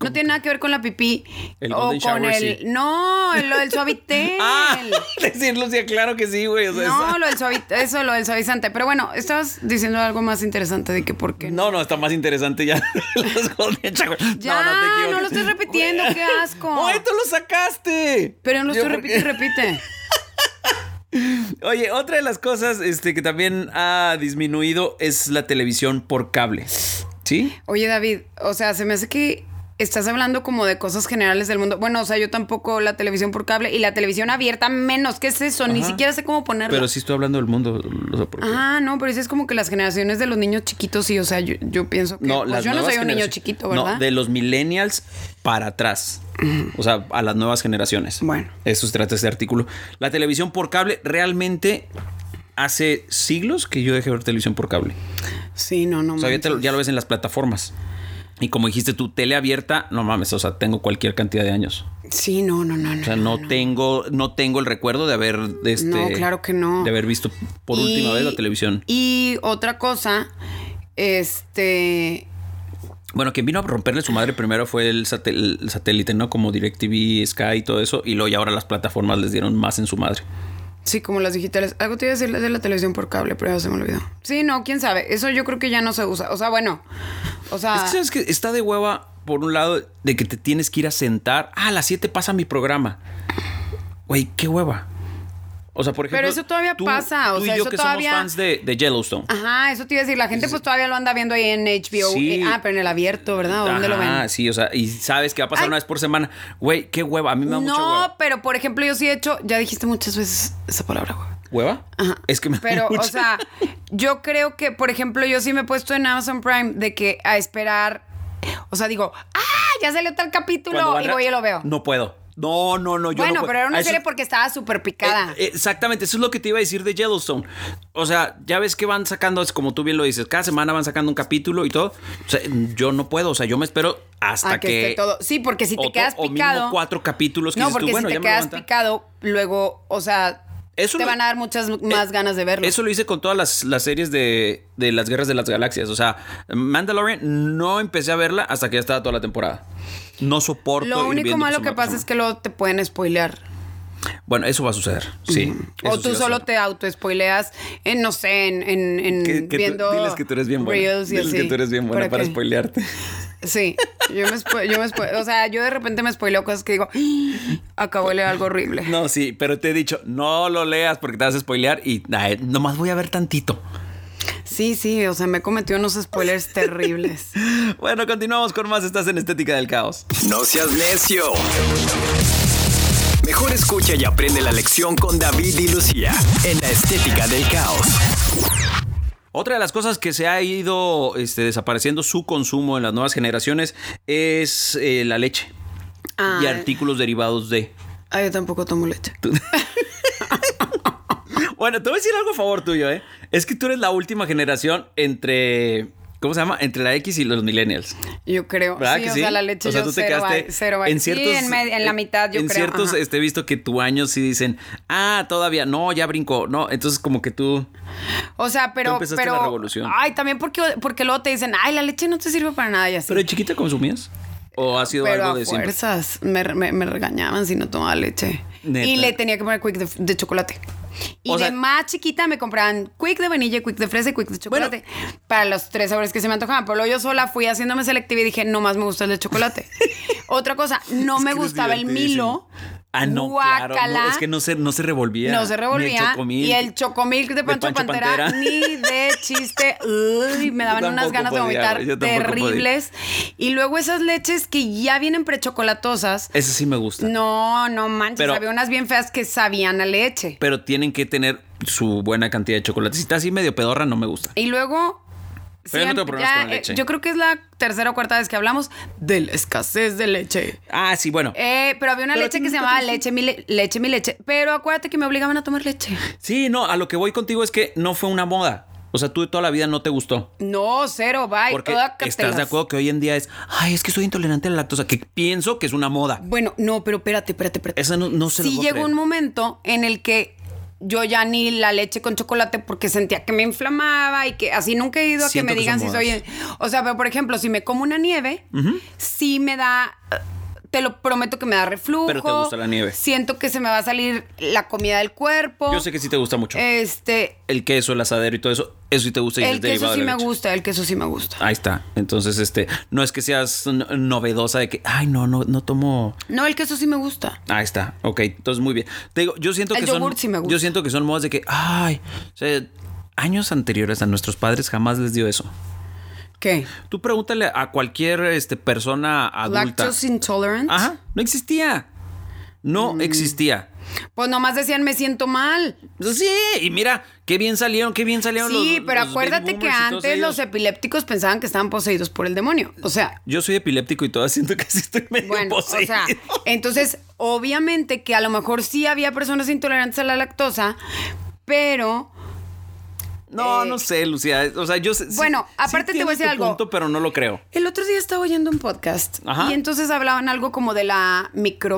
Speaker 2: No tiene nada que ver con la pipí.
Speaker 1: El
Speaker 2: o
Speaker 1: golden
Speaker 2: con
Speaker 1: shower,
Speaker 2: el.
Speaker 1: sí.
Speaker 2: No, lo del suavitel.
Speaker 1: Ah, decir Lucía, claro que sí, güey. o sea,
Speaker 2: No,
Speaker 1: esa-
Speaker 2: lo del suavizante, eso, lo del suavizante. Pero bueno, estabas diciendo algo más interesante de que por qué.
Speaker 1: No, no, está más interesante ya. Los Golden Shower.
Speaker 2: Ya,
Speaker 1: te
Speaker 2: no
Speaker 1: equivoques.
Speaker 2: lo estoy repitiendo,
Speaker 1: Güey.
Speaker 2: qué asco.
Speaker 1: Güey, tú lo sacaste.
Speaker 2: Pero no
Speaker 1: Yo
Speaker 2: estoy repite
Speaker 1: porque-
Speaker 2: y repite.
Speaker 1: Oye, otra de las cosas este, que también ha disminuido es la televisión por cable. ¿Sí?
Speaker 2: Oye, David, o sea, se me hace que estás hablando como de cosas generales del mundo. Bueno, o sea, yo tampoco la televisión por cable y la televisión abierta menos. ¿Qué es eso? Ni
Speaker 1: Ajá.
Speaker 2: siquiera sé cómo ponerlo.
Speaker 1: Pero sí estoy hablando del mundo. o sea, porque-
Speaker 2: Ah, no, pero eso es como que las generaciones de los niños chiquitos, sí, o sea, yo, yo pienso que.
Speaker 1: No,
Speaker 2: pues
Speaker 1: las
Speaker 2: yo no
Speaker 1: nuevas
Speaker 2: soy un niño
Speaker 1: generaciones-
Speaker 2: chiquito, ¿verdad?
Speaker 1: No, de los millennials para atrás. O sea, a las nuevas generaciones.
Speaker 2: Bueno.
Speaker 1: Eso se trata este artículo. La televisión por cable realmente hace siglos que yo dejé de ver televisión por cable.
Speaker 2: Sí, no, no.
Speaker 1: O sea, ya, te lo-
Speaker 2: manches.
Speaker 1: ya lo ves en las plataformas. Y como dijiste tú, tele abierta, no mames, o sea, tengo cualquier cantidad de años.
Speaker 2: Sí, no, no, no. no.
Speaker 1: O sea, no, tengo, no tengo el recuerdo de haber este,
Speaker 2: No, claro que no.
Speaker 1: De haber visto por última
Speaker 2: Y-
Speaker 1: vez la televisión.
Speaker 2: Y otra cosa, este.
Speaker 1: Bueno, quien vino a romperle su madre primero fue el, satel- el satélite, ¿no? Como DirecTV, Sky y todo eso. Y luego ya ahora las plataformas les dieron más en su madre.
Speaker 2: Sí, como las digitales. Algo te iba a decir de la televisión por cable, pero ya se me olvidó. Sí, no, quién sabe. Eso yo creo que ya no se usa. O sea, bueno. O sea.
Speaker 1: Es que sabes que está de hueva, por un lado, de que te tienes que ir a sentar. Ah, a las 7 pasa mi programa. Güey, qué hueva. O sea, por ejemplo.
Speaker 2: Pero eso todavía
Speaker 1: tú-
Speaker 2: pasa, o
Speaker 1: tú
Speaker 2: sea,
Speaker 1: y yo
Speaker 2: eso
Speaker 1: que
Speaker 2: todavía- Ah,
Speaker 1: somos fans de, de Yellowstone.
Speaker 2: Ajá, eso te iba a decir. La gente pues todavía lo anda viendo ahí en HBO.
Speaker 1: Sí.
Speaker 2: Eh, ah, pero en el abierto, ¿verdad? ¿O dónde lo
Speaker 1: Ajá,
Speaker 2: ven?
Speaker 1: sí, o sea, y sabes que va a pasar
Speaker 2: Ay.
Speaker 1: una vez por semana. Güey, qué hueva. A mí me da mucha
Speaker 2: No,
Speaker 1: hueva.
Speaker 2: pero por ejemplo, yo sí he hecho. Ya dijiste muchas veces esa palabra, güey.
Speaker 1: ¿Hueva?
Speaker 2: Ajá.
Speaker 1: Es que me da
Speaker 2: Pero, o
Speaker 1: mucha-
Speaker 2: sea, yo creo que, por ejemplo, yo sí me he puesto en Amazon Prime de que a esperar. O sea, digo, ¡ah! Ya salió tal
Speaker 1: Cuando
Speaker 2: capítulo
Speaker 1: van
Speaker 2: y
Speaker 1: a-
Speaker 2: voy y lo veo.
Speaker 1: No puedo. No, no, no, yo no
Speaker 2: bueno,
Speaker 1: puedo.
Speaker 2: pero era
Speaker 1: A
Speaker 2: una
Speaker 1: eso-
Speaker 2: serie porque estaba súper picada.
Speaker 1: Eh, exactamente, eso es lo que te iba a decir de Yellowstone. O sea, ya ves que van sacando, es como tú bien lo dices, cada semana van sacando un capítulo y todo. O sea, yo no puedo, o sea, yo me espero hasta
Speaker 2: a que, esté todo. Sí, porque si te
Speaker 1: o to-
Speaker 2: quedas
Speaker 1: o mínimo
Speaker 2: picado.
Speaker 1: cuatro capítulos que
Speaker 2: No,
Speaker 1: dices tú,
Speaker 2: porque
Speaker 1: bueno,
Speaker 2: si
Speaker 1: ya
Speaker 2: te
Speaker 1: me lo
Speaker 2: quedas
Speaker 1: aguanta.
Speaker 2: picado, luego, o sea,
Speaker 1: Eso
Speaker 2: te
Speaker 1: lo-
Speaker 2: van a dar muchas más
Speaker 1: Eh,
Speaker 2: ganas de verlo.
Speaker 1: Eso lo hice con todas las, las series de, de las guerras de las galaxias. O sea, Mandalorian no empecé a verla hasta que ya estaba toda la temporada. No soporto.
Speaker 2: Lo
Speaker 1: ir
Speaker 2: único
Speaker 1: viendo
Speaker 2: malo que
Speaker 1: semana-
Speaker 2: pasa es que luego te pueden spoilear.
Speaker 1: Bueno, eso va a suceder. Sí.
Speaker 2: O
Speaker 1: eso sí
Speaker 2: tú
Speaker 1: va a
Speaker 2: solo
Speaker 1: suceder.
Speaker 2: te auto-spoileas en, no sé, en, en, en
Speaker 1: Que- que tú-
Speaker 2: viendo.
Speaker 1: diles que tú eres bien buena.
Speaker 2: reels y
Speaker 1: Diles que
Speaker 2: así.
Speaker 1: tú eres bien buena para
Speaker 2: qué?
Speaker 1: spoilearte.
Speaker 2: Sí, yo me, spo- yo me spo- O sea, yo de repente me spoileo cosas que digo, "Ah, acabo de leer algo horrible.
Speaker 1: No, sí, pero te he dicho, no lo leas porque te vas a spoilear y ay, nomás voy a ver tantito.
Speaker 2: Sí, sí, o sea, me cometió unos spoilers terribles.
Speaker 1: Bueno, continuamos con más. Estás en Estética del Caos.
Speaker 3: No seas necio. Mejor escucha y aprende la lección con David y Lucía en la estética del caos.
Speaker 1: Otra de las cosas que se ha ido este, desapareciendo su consumo en las nuevas generaciones es eh, la leche y
Speaker 2: Ah.
Speaker 1: artículos derivados de.
Speaker 2: Ah, yo tampoco tomo leche.
Speaker 1: Bueno, te voy a decir algo a favor tuyo, ¿eh? Es que tú eres la última generación entre. ¿Cómo se llama? Entre la X y los millennials.
Speaker 2: Yo creo.
Speaker 1: ¿Verdad
Speaker 2: Sí,
Speaker 1: que
Speaker 2: o
Speaker 1: sí?
Speaker 2: sea, la leche
Speaker 1: O sea,
Speaker 2: yo
Speaker 1: tú te
Speaker 2: cero,
Speaker 1: quedaste
Speaker 2: va- cero va-
Speaker 1: en
Speaker 2: sí,
Speaker 1: ciertos... eh,
Speaker 2: en, med- en la mitad, yo
Speaker 1: en
Speaker 2: creo.
Speaker 1: ciertos,
Speaker 2: ajá.
Speaker 1: este, he visto que tu año sí dicen, ah, todavía, no, ya brincó, no. Entonces, como que tú...
Speaker 2: O sea, pero.
Speaker 1: empezaste
Speaker 2: pero
Speaker 1: la revolución.
Speaker 2: Ay, también porque, porque luego te dicen, ay, la leche no te sirve para nada y así.
Speaker 1: ¿Pero de chiquita consumías? ¿O ha sido
Speaker 2: Pero
Speaker 1: algo
Speaker 2: a
Speaker 1: de siempre?
Speaker 2: fuerzas me, me- me regañaban si no tomaba leche.
Speaker 1: Neta.
Speaker 2: Y le tenía que poner quick de, de chocolate. Y
Speaker 1: O
Speaker 2: de
Speaker 1: sea-
Speaker 2: más chiquita me compraban quick de vainilla, quick de fresa y quick de chocolate. para los tres sabores que se me antojaban. Pero luego yo sola fui haciéndome selectiva y dije, no más me gusta el de chocolate. Otra cosa, no
Speaker 1: Es
Speaker 2: me
Speaker 1: que eres
Speaker 2: gustaba el Milo.
Speaker 1: divertidísimo. Ah, no, claro.
Speaker 2: Guácala.
Speaker 1: no, es que no se, no se revolvía.
Speaker 2: No se
Speaker 1: Ni
Speaker 2: revolvía.
Speaker 1: el chocomil.
Speaker 2: y el chocomil de Pancho, Pantera, ni de chiste. Uy, me daban
Speaker 1: Yo
Speaker 2: unas
Speaker 1: tampoco podía, yo
Speaker 2: ganas de vomitar
Speaker 1: tampoco podía.
Speaker 2: terribles. Y luego esas leches que ya vienen prechocolatosas.
Speaker 1: Ese sí me gusta.
Speaker 2: No, no manches.
Speaker 1: Pero-
Speaker 2: había unas bien feas que sabían a leche.
Speaker 1: Pero tienen que tener su buena cantidad de chocolate. Si está así medio pedorra, no me gusta.
Speaker 2: y luego.
Speaker 1: Pero yo no tengo problemas con la
Speaker 2: eh,
Speaker 1: leche.
Speaker 2: yo creo que es la tercera o cuarta vez que hablamos de la escasez de leche.
Speaker 1: Ah, sí, bueno.
Speaker 2: Eh, pero había una
Speaker 1: Pero a
Speaker 2: leche
Speaker 1: ti
Speaker 2: que se
Speaker 1: nunca te
Speaker 2: llamaba
Speaker 1: gustó.
Speaker 2: leche, mi le- leche, mi leche. Pero acuérdate que me obligaban a tomar leche.
Speaker 1: Sí, no, a lo que voy contigo es que no fue una moda. O sea, tú de toda la vida no te gustó.
Speaker 2: No, cero, bye.
Speaker 1: Porque
Speaker 2: Ódatelas.
Speaker 1: estás de acuerdo que hoy en día es, ay, es que soy intolerante a la lactosa, que pienso que es una moda.
Speaker 2: Bueno, no, pero espérate, espérate, espérate.
Speaker 1: Esa no, no se lo
Speaker 2: sí
Speaker 1: puedo
Speaker 2: llegó
Speaker 1: creer.
Speaker 2: un momento en el que yo ya ni la leche con chocolate porque sentía que me inflamaba y que así nunca he ido a
Speaker 1: Siento
Speaker 2: que me
Speaker 1: que
Speaker 2: digan si
Speaker 1: son
Speaker 2: soy.
Speaker 1: modas.
Speaker 2: O sea, pero por ejemplo, si me como una nieve, sí me da. Te lo prometo que me da reflujo.
Speaker 1: Pero te gusta la nieve.
Speaker 2: Siento que se me va a salir la comida del cuerpo.
Speaker 1: Yo sé que sí te gusta mucho.
Speaker 2: Este.
Speaker 1: el queso, el asadero y todo eso, eso sí te gusta y
Speaker 2: El
Speaker 1: es
Speaker 2: queso
Speaker 1: derivado
Speaker 2: sí
Speaker 1: de la
Speaker 2: me
Speaker 1: leche. Ah.
Speaker 2: gusta, el queso sí me gusta.
Speaker 1: Ahí está. Entonces, este, no es que seas n- novedosa de que, ay, no, no, no tomo.
Speaker 2: No, el queso sí me gusta.
Speaker 1: Ahí está. Ok, entonces muy bien. Te digo, yo siento
Speaker 2: El
Speaker 1: que son.
Speaker 2: yogurt sí me gusta.
Speaker 1: Yo siento que son modas de que, ay, o sea, años anteriores a nuestros padres jamás les dio eso.
Speaker 2: ¿Qué?
Speaker 1: Tú pregúntale a cualquier este, persona adulta.
Speaker 2: Lactose intolerant.
Speaker 1: Ajá, no existía. No
Speaker 2: Mm.
Speaker 1: existía. Pues
Speaker 2: Pues nomás decían me siento mal.
Speaker 1: Sí, y mira, qué bien salieron, qué bien salieron los
Speaker 2: Sí, pero
Speaker 1: los baby
Speaker 2: acuérdate que
Speaker 1: boomers y todos
Speaker 2: antes
Speaker 1: ellos.
Speaker 2: los em- epilépticos pensaban que estaban poseídos por el demonio. O sea,
Speaker 1: Yo soy epiléptico y todavía siento que sí estoy medio
Speaker 2: bueno, o sea,
Speaker 1: poseído.
Speaker 2: entonces obviamente que a lo mejor sí había personas intolerantes a la lactosa, pero
Speaker 1: No,
Speaker 2: eh,
Speaker 1: no sé, Lucía. O sea, yo sé. sí-
Speaker 2: Bueno,
Speaker 1: sí
Speaker 2: aparte te voy a
Speaker 1: tienes
Speaker 2: decir
Speaker 1: tu
Speaker 2: algo.
Speaker 1: punto, pero no lo creo.
Speaker 2: el otro día estaba oyendo un podcast
Speaker 1: Ajá.
Speaker 2: y entonces hablaban algo como de la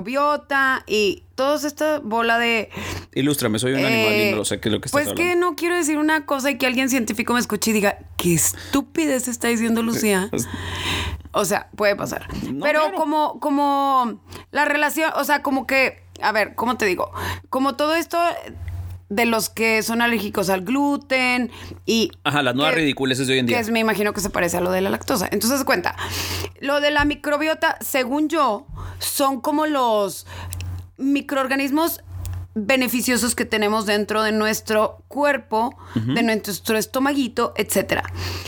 Speaker 2: microbiota y toda esta bola de
Speaker 1: Ilústrame, soy un animal
Speaker 2: Eh,
Speaker 1: y no sé qué es lo que estás
Speaker 2: Pues que
Speaker 1: hablando.
Speaker 2: no quiero decir una cosa y que alguien científico me escuche y diga, qué estupidez está diciendo Lucía.
Speaker 1: Pues,
Speaker 2: O sea, puede pasar.
Speaker 1: No,
Speaker 2: Pero
Speaker 1: claro.
Speaker 2: como, como la relación, o sea, como que, a ver, ¿cómo te digo? Como todo esto de los que son alérgicos al gluten y...
Speaker 1: Ajá, las nuevas
Speaker 2: que-
Speaker 1: ridiculeces de hoy en
Speaker 2: que
Speaker 1: día.
Speaker 2: es- me imagino que se parece a lo de la lactosa. Entonces, haz cuenta, lo de la microbiota, según yo, son como los microorganismos beneficiosos que tenemos dentro de nuestro cuerpo, de nuestro estomaguito, etcétera.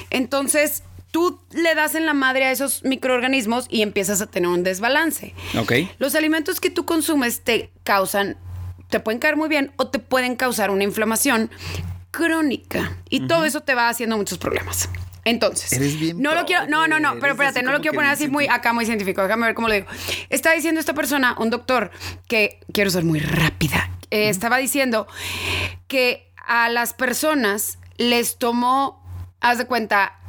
Speaker 2: Entonces, tú le das en la madre a esos microorganismos y empiezas a tener un desbalance.
Speaker 1: Ok.
Speaker 2: Los alimentos que tú consumes te causan, te pueden caer muy bien o te pueden causar una inflamación crónica. Y todo eso te va haciendo muchos problemas. Entonces,
Speaker 1: Eres bien
Speaker 2: no
Speaker 1: progre,
Speaker 2: lo quiero, no, no, no,
Speaker 1: eres
Speaker 2: pero espérate,
Speaker 1: así
Speaker 2: no lo
Speaker 1: como
Speaker 2: quiero
Speaker 1: que
Speaker 2: poner
Speaker 1: bien
Speaker 2: así muy acá, muy científico, déjame ver cómo lo digo. Está diciendo esta persona, un doctor, que quiero ser muy rápida, eh, estaba diciendo que a las personas les tomó, haz de cuenta,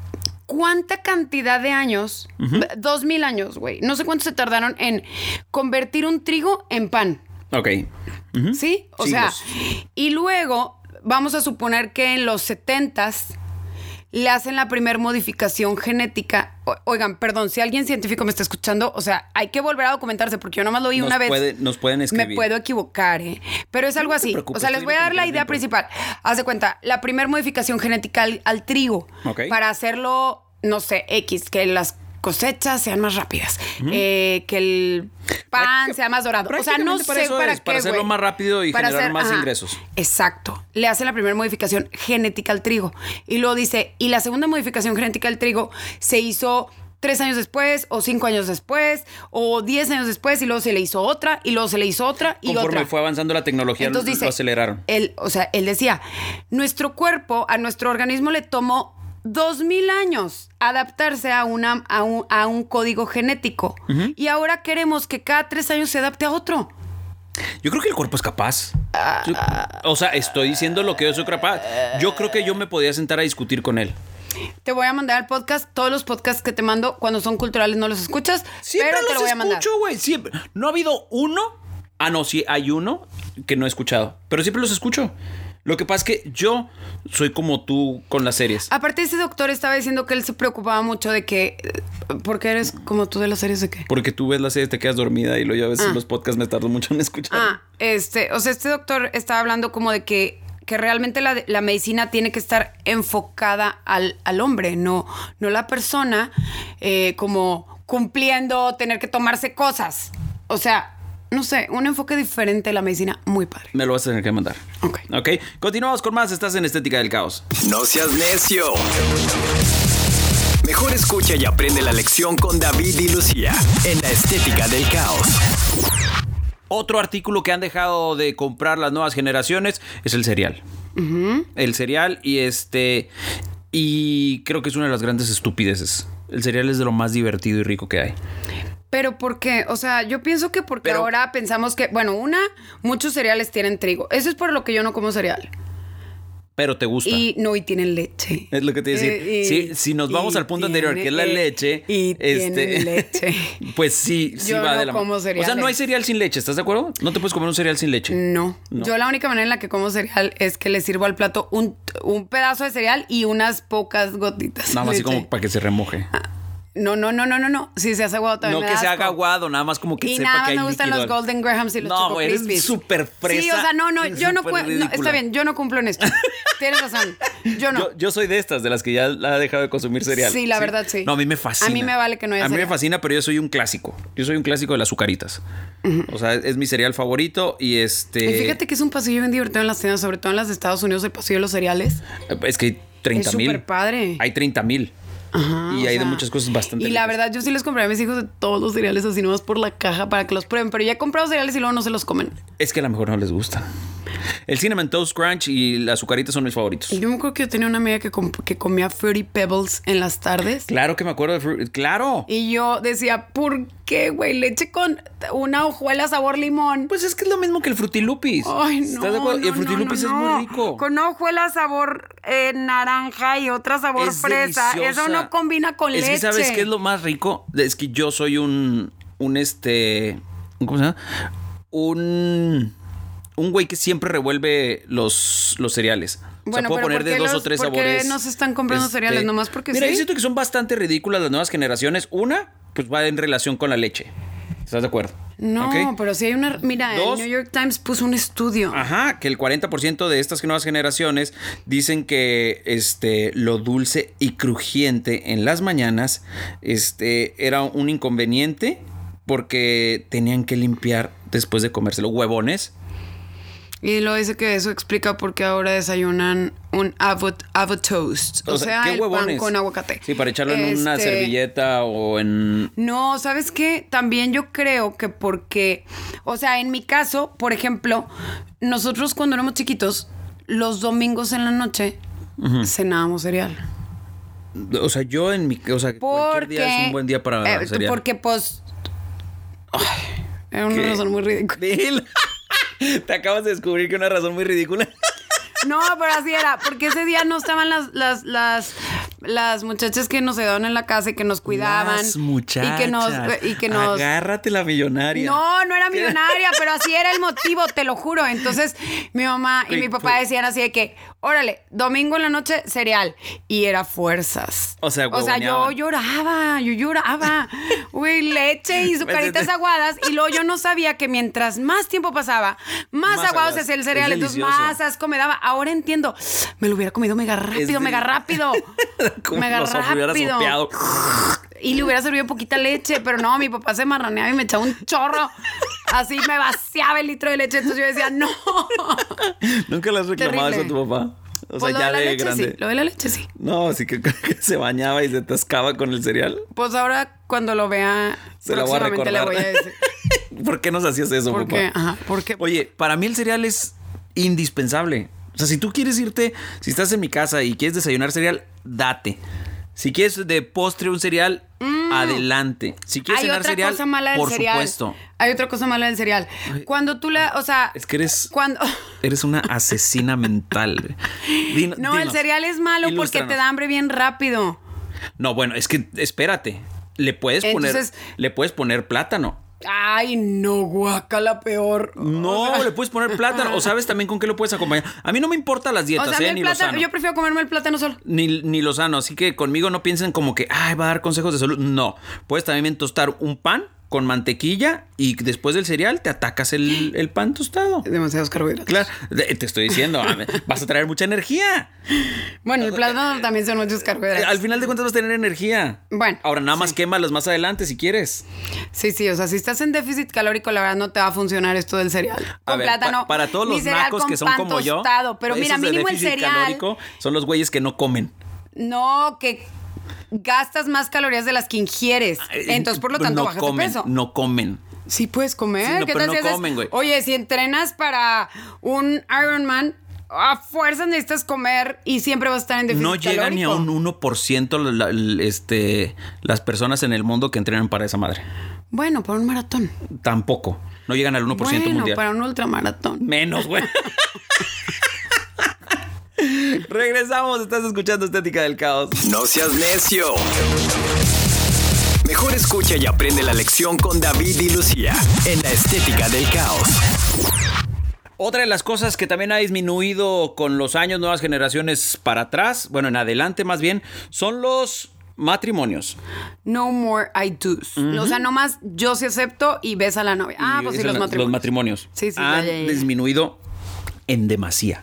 Speaker 2: cuánta cantidad de años, dos mil años, güey, no sé cuánto se tardaron en convertir un trigo en pan.
Speaker 1: Ok. Ujú.
Speaker 2: ¿Sí? O
Speaker 1: Siglos.
Speaker 2: sea, y luego vamos a suponer que en los 70s le hacen la primer modificación genética. O- oigan, perdón, si alguien científico me está escuchando, o sea, hay que volver a documentarse porque yo nomás lo vi
Speaker 1: Nos
Speaker 2: una vez.
Speaker 1: puede- nos pueden escribir.
Speaker 2: Me puedo equivocar, ¿eh? Pero es algo
Speaker 1: te
Speaker 2: así. O
Speaker 1: preocupes,
Speaker 2: sea,
Speaker 1: tú
Speaker 2: les
Speaker 1: dilo
Speaker 2: voy a
Speaker 1: con
Speaker 2: dar la
Speaker 1: todo el
Speaker 2: idea
Speaker 1: tiempo.
Speaker 2: principal. Haz de cuenta, la primer modificación genética al, al trigo
Speaker 1: Ok.
Speaker 2: para hacerlo, no sé, X, que las cosechas sean más rápidas, eh, que el pan
Speaker 1: Práctica-
Speaker 2: sea más dorado. O sea, no
Speaker 1: prácticamente
Speaker 2: sé
Speaker 1: para eso
Speaker 2: para
Speaker 1: es,
Speaker 2: qué,
Speaker 1: para hacerlo
Speaker 2: güey.
Speaker 1: más rápido y generar más ingresos.
Speaker 2: Exacto. Le hacen la primera modificación genética al trigo. Y luego dice, y la segunda modificación genética al trigo se hizo tres años después, o cinco años después, o diez años después, y luego se le hizo otra, y luego se le hizo otra, y
Speaker 1: Conforme
Speaker 2: otra.
Speaker 1: fue avanzando la tecnología,
Speaker 2: Entonces dice,
Speaker 1: lo aceleraron.
Speaker 2: Él, o sea, él decía, nuestro cuerpo, a nuestro organismo le tomó dos mil años adaptarse a, una, a, un, a un código genético. Y ahora queremos que cada tres años se adapte a otro.
Speaker 1: Yo creo que el cuerpo es capaz. Yo- o sea, estoy diciendo lo que yo soy capaz. Yo creo que yo me podía sentar a discutir con él.
Speaker 2: Te voy a mandar al podcast. Todos los podcasts que te mando cuando son culturales no los escuchas.
Speaker 1: Siempre
Speaker 2: pero te
Speaker 1: los
Speaker 2: lo voy a mandar.
Speaker 1: escucho, güey. Siempre. No ha habido uno. Ah, no, sí, hay uno que no he escuchado. Pero siempre los escucho. Lo que pasa es que yo soy como tú con las series.
Speaker 2: Aparte, ese doctor estaba diciendo que él se preocupaba mucho de que. Porque eres como tú de las series de qué?
Speaker 1: Porque tú ves las series, te quedas dormida y lo ya ves en los podcasts, me tardo mucho en escuchar.
Speaker 2: Ah, este. O sea, este doctor estaba hablando como de que, que realmente la, la medicina tiene que estar enfocada al, al hombre, no, no la persona eh, como cumpliendo, tener que tomarse cosas. O sea, no sé, un enfoque diferente de la medicina, muy padre.
Speaker 1: Me lo vas a tener que mandar.
Speaker 2: Ok.
Speaker 1: Ok. Continuamos con más. Estás en Estética del Caos.
Speaker 3: No seas necio. Mejor escucha y aprende la lección con David y Lucía en la estética del caos.
Speaker 1: Otro artículo que han dejado de comprar las nuevas generaciones es el cereal. El cereal y este... Y creo que es una de las grandes estupideces. El cereal es de lo más divertido y rico que hay.
Speaker 2: Pero ¿por qué? O sea, yo pienso que porque
Speaker 1: Pero-
Speaker 2: ahora pensamos que, bueno, una, muchos cereales tienen trigo. Eso es por lo que yo no como cereal.
Speaker 1: pero te gusta.
Speaker 2: Y no, y tienen leche.
Speaker 1: Es lo que te iba a decir.
Speaker 2: Eh, y-
Speaker 1: si, si nos vamos
Speaker 2: y
Speaker 1: al punto
Speaker 2: tiene-
Speaker 1: anterior, que es la
Speaker 2: eh,
Speaker 1: leche. este,
Speaker 2: Y tienen leche.
Speaker 1: Pues sí, sí
Speaker 2: Yo
Speaker 1: va
Speaker 2: no
Speaker 1: de la mano.
Speaker 2: como
Speaker 1: O sea,
Speaker 2: cereales. Eh,
Speaker 1: no hay cereal sin leche, ¿estás de acuerdo? No te puedes comer un cereal sin leche.
Speaker 2: No.
Speaker 1: No.
Speaker 2: Yo la única manera en la que como cereal es que le sirvo al plato un, un pedazo de cereal y unas pocas gotitas. de
Speaker 1: Nada más así
Speaker 2: leche. Ah,
Speaker 1: como para que se remoje.
Speaker 2: No, no, no, no, no, no. Si se hace aguado
Speaker 1: no
Speaker 2: también me
Speaker 1: que
Speaker 2: da
Speaker 1: se
Speaker 2: asco.
Speaker 1: haga aguado, nada más como que
Speaker 2: y
Speaker 1: sepa
Speaker 2: nada
Speaker 1: que
Speaker 2: más
Speaker 1: hay
Speaker 2: me gustan
Speaker 1: líquido.
Speaker 2: los Golden Grahams y los
Speaker 1: No,
Speaker 2: Choco
Speaker 1: güey, eres
Speaker 2: Crispies.
Speaker 1: súper fresa.
Speaker 2: Sí, o sea, no, no, yo no,
Speaker 1: Súper
Speaker 2: cuen- no,
Speaker 1: ridícula.
Speaker 2: Está bien, yo no cumplo en esto. Tienes razón. Yo no.
Speaker 1: Yo, yo soy de estas, de las que ya la ha dejado de consumir cereal.
Speaker 2: Sí, la verdad, sí.
Speaker 1: No, a mí me fascina.
Speaker 2: A mí me vale que no haya
Speaker 1: A mí me
Speaker 2: cereal.
Speaker 1: fascina, pero yo soy un clásico. Yo soy un clásico de las azucaritas. O sea, es mi cereal favorito y este...
Speaker 2: Y fíjate que es un pasillo bien divertido en las cenas, sobre todo en las de Estados Unidos, el pasillo de los cereales.
Speaker 1: Es que hay 30
Speaker 2: Es
Speaker 1: mil.
Speaker 2: superpadre.
Speaker 1: Hay 30 mil.
Speaker 2: Ajá,
Speaker 1: Y
Speaker 2: o
Speaker 1: hay de
Speaker 2: sea,
Speaker 1: muchas cosas bastante.
Speaker 2: Y la
Speaker 1: ricas.
Speaker 2: verdad, yo sí les compré a mis hijos de todos los cereales así nomás por la caja para que los prueben. Pero ya he comprado cereales y luego no se los comen.
Speaker 1: Es que a lo mejor no les gusta. El Cinnamon Toast Crunch y las azucaritas son mis favoritos.
Speaker 2: Yo me acuerdo que yo tenía una amiga que, comp- que comía Fruity Pebbles en las tardes.
Speaker 1: Claro que me acuerdo de Fruit. ¡Claro!
Speaker 2: Y yo decía, ¿por qué, güey? Leche con una hojuela sabor limón.
Speaker 1: Pues es que es lo mismo que el Frutilupis.
Speaker 2: Ay, no.
Speaker 1: ¿Estás de acuerdo? y el
Speaker 2: no, no,
Speaker 1: Frutilupis
Speaker 2: no,
Speaker 1: es
Speaker 2: no.
Speaker 1: muy rico.
Speaker 2: Con una hojuela sabor eh, naranja y otra sabor
Speaker 1: Es
Speaker 2: fresa.
Speaker 1: deliciosa.
Speaker 2: Eso no combina con
Speaker 1: es
Speaker 2: leche.
Speaker 1: que ¿sabes qué es lo más rico? Es que yo soy un. Un este. ¿Cómo se llama? Un. Un güey que siempre revuelve los, los cereales. o sea, puedo
Speaker 2: Bueno, pero
Speaker 1: poner
Speaker 2: ¿por
Speaker 1: de
Speaker 2: qué
Speaker 1: dos o
Speaker 2: los-
Speaker 1: tres
Speaker 2: por qué
Speaker 1: sabores. este
Speaker 2: nos están comprando cereales? Nomás porque
Speaker 1: Mira,
Speaker 2: sí.
Speaker 1: yo siento que son bastante ridículas las nuevas generaciones. Una, pues va en relación con la leche. ¿Estás de acuerdo?
Speaker 2: No,
Speaker 1: ¿Ok?
Speaker 2: pero si hay una. Mira,
Speaker 1: Dos. Ah.
Speaker 2: el New York Times puso un estudio.
Speaker 1: Ajá, que el 40% de estas nuevas generaciones dicen que este, lo dulce y crujiente en las mañanas este, era un inconveniente porque tenían que limpiar después de comérselo. Huevones.
Speaker 2: Y lo dice que eso explica por qué ahora desayunan un avot, avot toast. O, sea,
Speaker 1: ¿qué
Speaker 2: el pan con aguacate.
Speaker 1: Sí, para echarlo en una
Speaker 2: Este,
Speaker 1: servilleta o en...
Speaker 2: No, ¿sabes qué? También yo creo que porque, o sea, en mi caso, por ejemplo, nosotros cuando éramos chiquitos, los domingos en la noche cenábamos cereal.
Speaker 1: O sea, yo en mi... O sea, cualquier
Speaker 2: Porque
Speaker 1: día es un buen día para...
Speaker 2: eh,
Speaker 1: cereal.
Speaker 2: Porque pues ay, era una
Speaker 1: ¿Qué?
Speaker 2: razón muy ridícula.
Speaker 1: Dilo. Te acabas de descubrir que una razón muy ridícula.
Speaker 2: No, pero así era, porque ese día no estaban las, las, las, las muchachas que nos ayudaban en la casa y que nos cuidaban.
Speaker 1: Las muchachas.
Speaker 2: Y que nos, y que nos.
Speaker 1: Agárrate la millonaria.
Speaker 2: No, no era millonaria, pero así era el motivo, te lo juro. Entonces, mi mamá y
Speaker 1: Güey,
Speaker 2: mi
Speaker 1: fue-
Speaker 2: papá decían así de que, órale, domingo en la noche, cereal. Y era fuerzas.
Speaker 1: O sea,
Speaker 2: O sea, yo
Speaker 1: huevoneaban.
Speaker 2: lloraba, yo lloraba. Uy, leche y sucaritas aguadas. Y luego yo no sabía que mientras más tiempo pasaba, más,
Speaker 1: Más
Speaker 2: aguado
Speaker 1: aguadas.
Speaker 2: se hacía el
Speaker 1: Es
Speaker 2: cereal. Entonces,
Speaker 1: delicioso.
Speaker 2: más asco me daba. Ahora entiendo. Me lo hubiera comido mega rápido,
Speaker 1: de-
Speaker 2: mega rápido.
Speaker 1: Como
Speaker 2: mega
Speaker 1: los hubieras
Speaker 2: rápido.
Speaker 1: sopeado.
Speaker 2: Y le hubiera servido poquita leche, pero no, mi papá se marraneaba y me echaba un chorro. Así me vaciaba el litro de leche. Entonces yo decía, no.
Speaker 1: Nunca le has reclamado
Speaker 2: Terrible.
Speaker 1: eso a tu papá. O sea,
Speaker 2: Pues lo
Speaker 1: ya
Speaker 2: de la
Speaker 1: de
Speaker 2: leche
Speaker 1: grande.
Speaker 2: sí, lo de la leche sí.
Speaker 1: No, así que, que se bañaba y se atascaba con el cereal.
Speaker 2: Pues ahora cuando lo vea,
Speaker 1: Se lo voy a
Speaker 2: próximamente
Speaker 1: recordar.
Speaker 2: le voy a decir.
Speaker 1: ¿Por qué nos hacías eso,
Speaker 2: ¿Por
Speaker 1: papá?
Speaker 2: qué? Ajá, ¿por qué?
Speaker 1: Oye, para mí el cereal es indispensable. O sea, si tú quieres irte, si estás en mi casa y quieres desayunar cereal, date. Si quieres de postre un cereal, adelante. Si quieres
Speaker 2: Mm. Hay
Speaker 1: cenar
Speaker 2: otra
Speaker 1: cereal,
Speaker 2: cosa mala del
Speaker 1: por
Speaker 2: cereal.
Speaker 1: supuesto.
Speaker 2: Hay otra cosa mala del cereal. Cuando tú la, o sea,
Speaker 1: Es que eres-
Speaker 2: cuando
Speaker 1: Eres una asesina mental. Dino-
Speaker 2: no, el
Speaker 1: dinos,
Speaker 2: cereal es malo porque
Speaker 1: ilústranos.
Speaker 2: te da hambre bien rápido.
Speaker 1: No, bueno, es que espérate. Le puedes
Speaker 2: Entonces-
Speaker 1: poner le puedes poner plátano.
Speaker 2: Ay, no, guacala peor.
Speaker 1: No,
Speaker 2: O sea-
Speaker 1: le puedes poner plátano. O sabes también con qué lo puedes acompañar. A mí no me importan las
Speaker 2: O
Speaker 1: dietas,
Speaker 2: sea, a mí
Speaker 1: ¿eh?
Speaker 2: el
Speaker 1: Ni
Speaker 2: plátano-
Speaker 1: Lozano.
Speaker 2: yo prefiero comerme el plátano solo.
Speaker 1: Ni, ni Lozano. Así que conmigo no piensen como que, ay, va a dar consejos de salud. No. Puedes también tostar un pan con mantequilla y después del cereal te atacas el, el pan tostado.
Speaker 2: Demasiados carbohidratos.
Speaker 1: Claro, de- te estoy diciendo, a ver, vas a traer mucha energía.
Speaker 2: Bueno, el plátano también son muchos
Speaker 1: Eh,
Speaker 2: carbohidratos.
Speaker 1: Al final de cuentas vas a tener energía.
Speaker 2: Bueno,
Speaker 1: Ahora nada más quémalas más adelante si quieres.
Speaker 2: Sí, sí, o sea, si estás en déficit calórico, la verdad no te va a funcionar esto del cereal.
Speaker 1: A
Speaker 2: Con
Speaker 1: ver, pa-
Speaker 2: plátano.
Speaker 1: para todos
Speaker 2: ni
Speaker 1: los
Speaker 2: cereal
Speaker 1: nacos
Speaker 2: con
Speaker 1: que son
Speaker 2: pan
Speaker 1: como yo,
Speaker 2: tostado, Pero
Speaker 1: esos
Speaker 2: mira,
Speaker 1: de
Speaker 2: mínimo el
Speaker 1: déficit
Speaker 2: cereal.
Speaker 1: calórico son los güeyes que no comen.
Speaker 2: No, que gastas más calorías de las que ingieres. Entonces, por lo tanto,
Speaker 1: eh, no
Speaker 2: bajas de
Speaker 1: comen,
Speaker 2: peso.
Speaker 1: No comen.
Speaker 2: Sí puedes comer.
Speaker 1: Sí, no,
Speaker 2: ¿Qué
Speaker 1: pero
Speaker 2: tal
Speaker 1: no
Speaker 2: si haces-
Speaker 1: comen, güey.
Speaker 2: Oye, si entrenas para un Ironman, a fuerzas necesitas comer y siempre vas a estar en déficit
Speaker 1: No llega ni a
Speaker 2: calórico.
Speaker 1: un 1% la- la- este, las personas en el mundo que entrenan para esa madre.
Speaker 2: Bueno, para un maratón.
Speaker 1: Tampoco. No llegan al 1%
Speaker 2: bueno,
Speaker 1: mundial.
Speaker 2: para un ultramaratón.
Speaker 1: Menos, güey. Regresamos, estás escuchando Estética del Caos.
Speaker 3: No seas necio. Mejor escucha y aprende la lección con David y Lucía en la Estética del Caos.
Speaker 1: Otra de las cosas que también ha disminuido con los años, nuevas generaciones para atrás, bueno, en adelante más bien, son los matrimonios.
Speaker 2: No more I do's. O sea, nomás yo sí acepto y ves a la novia. Ah,
Speaker 1: Y
Speaker 2: pues sí,
Speaker 1: eso,
Speaker 2: los
Speaker 1: la-
Speaker 2: matrimonios. Sí, sí, ya,
Speaker 1: han
Speaker 2: ya, ya, ya.
Speaker 1: disminuido en demasía.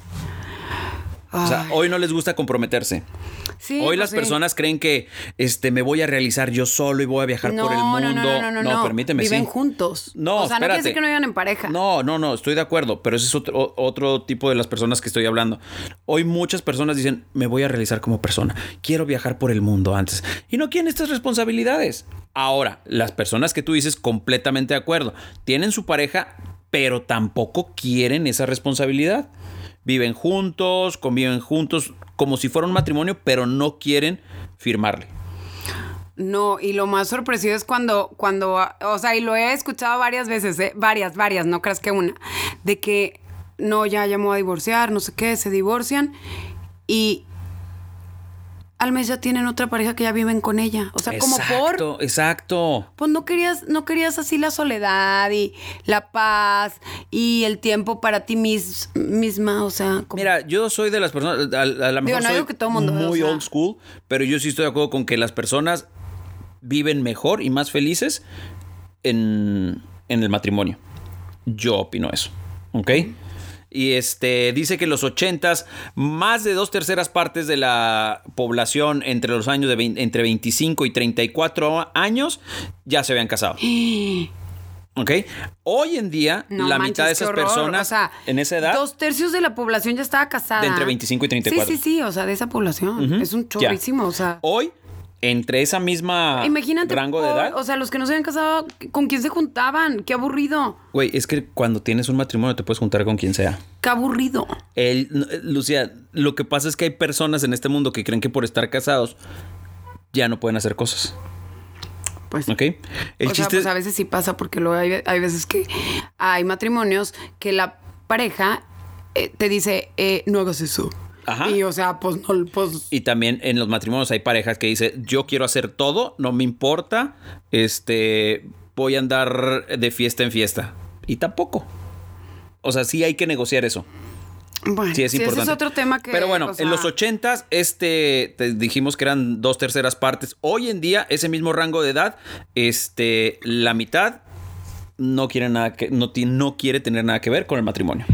Speaker 1: O sea,
Speaker 2: Ay.
Speaker 1: hoy no les gusta comprometerse.
Speaker 2: Sí,
Speaker 1: Hoy
Speaker 2: pues
Speaker 1: las
Speaker 2: sí.
Speaker 1: personas creen que este me voy a realizar yo solo y voy a viajar por el mundo.
Speaker 2: No, no, no, no, no.
Speaker 1: permíteme.
Speaker 2: Viven
Speaker 1: sí.
Speaker 2: juntos.
Speaker 1: No,
Speaker 2: O sea, no quiere
Speaker 1: espérate.
Speaker 2: decir que no vivan en pareja.
Speaker 1: No, no, no, estoy de acuerdo, pero ese es otro, o- otro tipo de las personas que estoy hablando. Hoy muchas personas dicen, me voy a realizar como persona, quiero viajar por el mundo antes. Y no quieren estas responsabilidades. Ahora, las personas que tú dices, completamente de acuerdo, tienen su pareja, pero tampoco quieren esa responsabilidad. Viven juntos, conviven juntos, como si fuera un matrimonio, pero no quieren firmarle.
Speaker 2: No, y lo más sorpresivo es cuando, cuando, o sea, y lo he escuchado varias veces, ¿eh? varias, varias, no creas que una, de que no, ya, ya me voy a divorciar, no sé qué, se divorcian y al mes ya tienen otra pareja que ya viven con ella. O sea, como por.
Speaker 1: Exacto, exacto.
Speaker 2: Pues no querías, no querías así la soledad y la paz y el tiempo para ti mis- misma, o sea, como
Speaker 1: Mira, yo soy de las personas, a, a lo mejor
Speaker 2: no
Speaker 1: soy
Speaker 2: digo que todo mundo,
Speaker 1: muy
Speaker 2: o sea.
Speaker 1: old school, pero yo sí estoy de acuerdo con que las personas viven mejor y más felices en, en el matrimonio. Yo opino eso, ¿ok? Y este dice que los 80s, más de dos terceras partes de la población entre los años de vein- entre 25 y 34 años ya se habían casado. ¿Ok? Hoy en día,
Speaker 2: No
Speaker 1: la
Speaker 2: manches,
Speaker 1: mitad de
Speaker 2: qué
Speaker 1: esas
Speaker 2: horror.
Speaker 1: personas
Speaker 2: O sea,
Speaker 1: en esa edad
Speaker 2: Dos tercios de la población ya estaba casada.
Speaker 1: De entre 25 y 34.
Speaker 2: Sí, sí, sí. O sea, de esa población. Es un
Speaker 1: Ya.
Speaker 2: chorrísimo. O sea,
Speaker 1: Hoy, entre esa misma
Speaker 2: imagínate.
Speaker 1: rango de
Speaker 2: por-
Speaker 1: edad.
Speaker 2: O sea, los que no se habían casado, ¿con quién se juntaban? Qué aburrido.
Speaker 1: Güey, es que cuando tienes un matrimonio te puedes juntar con quien sea.
Speaker 2: Qué aburrido.
Speaker 1: El- no, eh, Lucía, lo que pasa es que hay personas en este mundo que creen que por estar casados ya no pueden hacer cosas.
Speaker 2: Pues.
Speaker 1: ¿Ok? El
Speaker 2: o sea,
Speaker 1: chiste
Speaker 2: pues a veces sí pasa porque luego hay, hay veces que hay matrimonios que la pareja eh, te dice, eh, no hagas eso.
Speaker 1: Ajá.
Speaker 2: Y o sea, pues no, pues.
Speaker 1: Y también en los matrimonios hay parejas que dicen, yo quiero hacer todo, no me importa, este, voy a andar de fiesta en fiesta. Y tampoco. O sea, sí hay que negociar eso.
Speaker 2: Bueno,
Speaker 1: Sí, es importante.
Speaker 2: Ese es otro tema que.
Speaker 1: Pero bueno,
Speaker 2: o
Speaker 1: en los
Speaker 2: sea,
Speaker 1: 80s, este, te dijimos que eran dos terceras partes. Hoy en día, ese mismo rango de edad, este, la mitad no quiere nada que, no, ti- no quiere tener nada que ver con el matrimonio.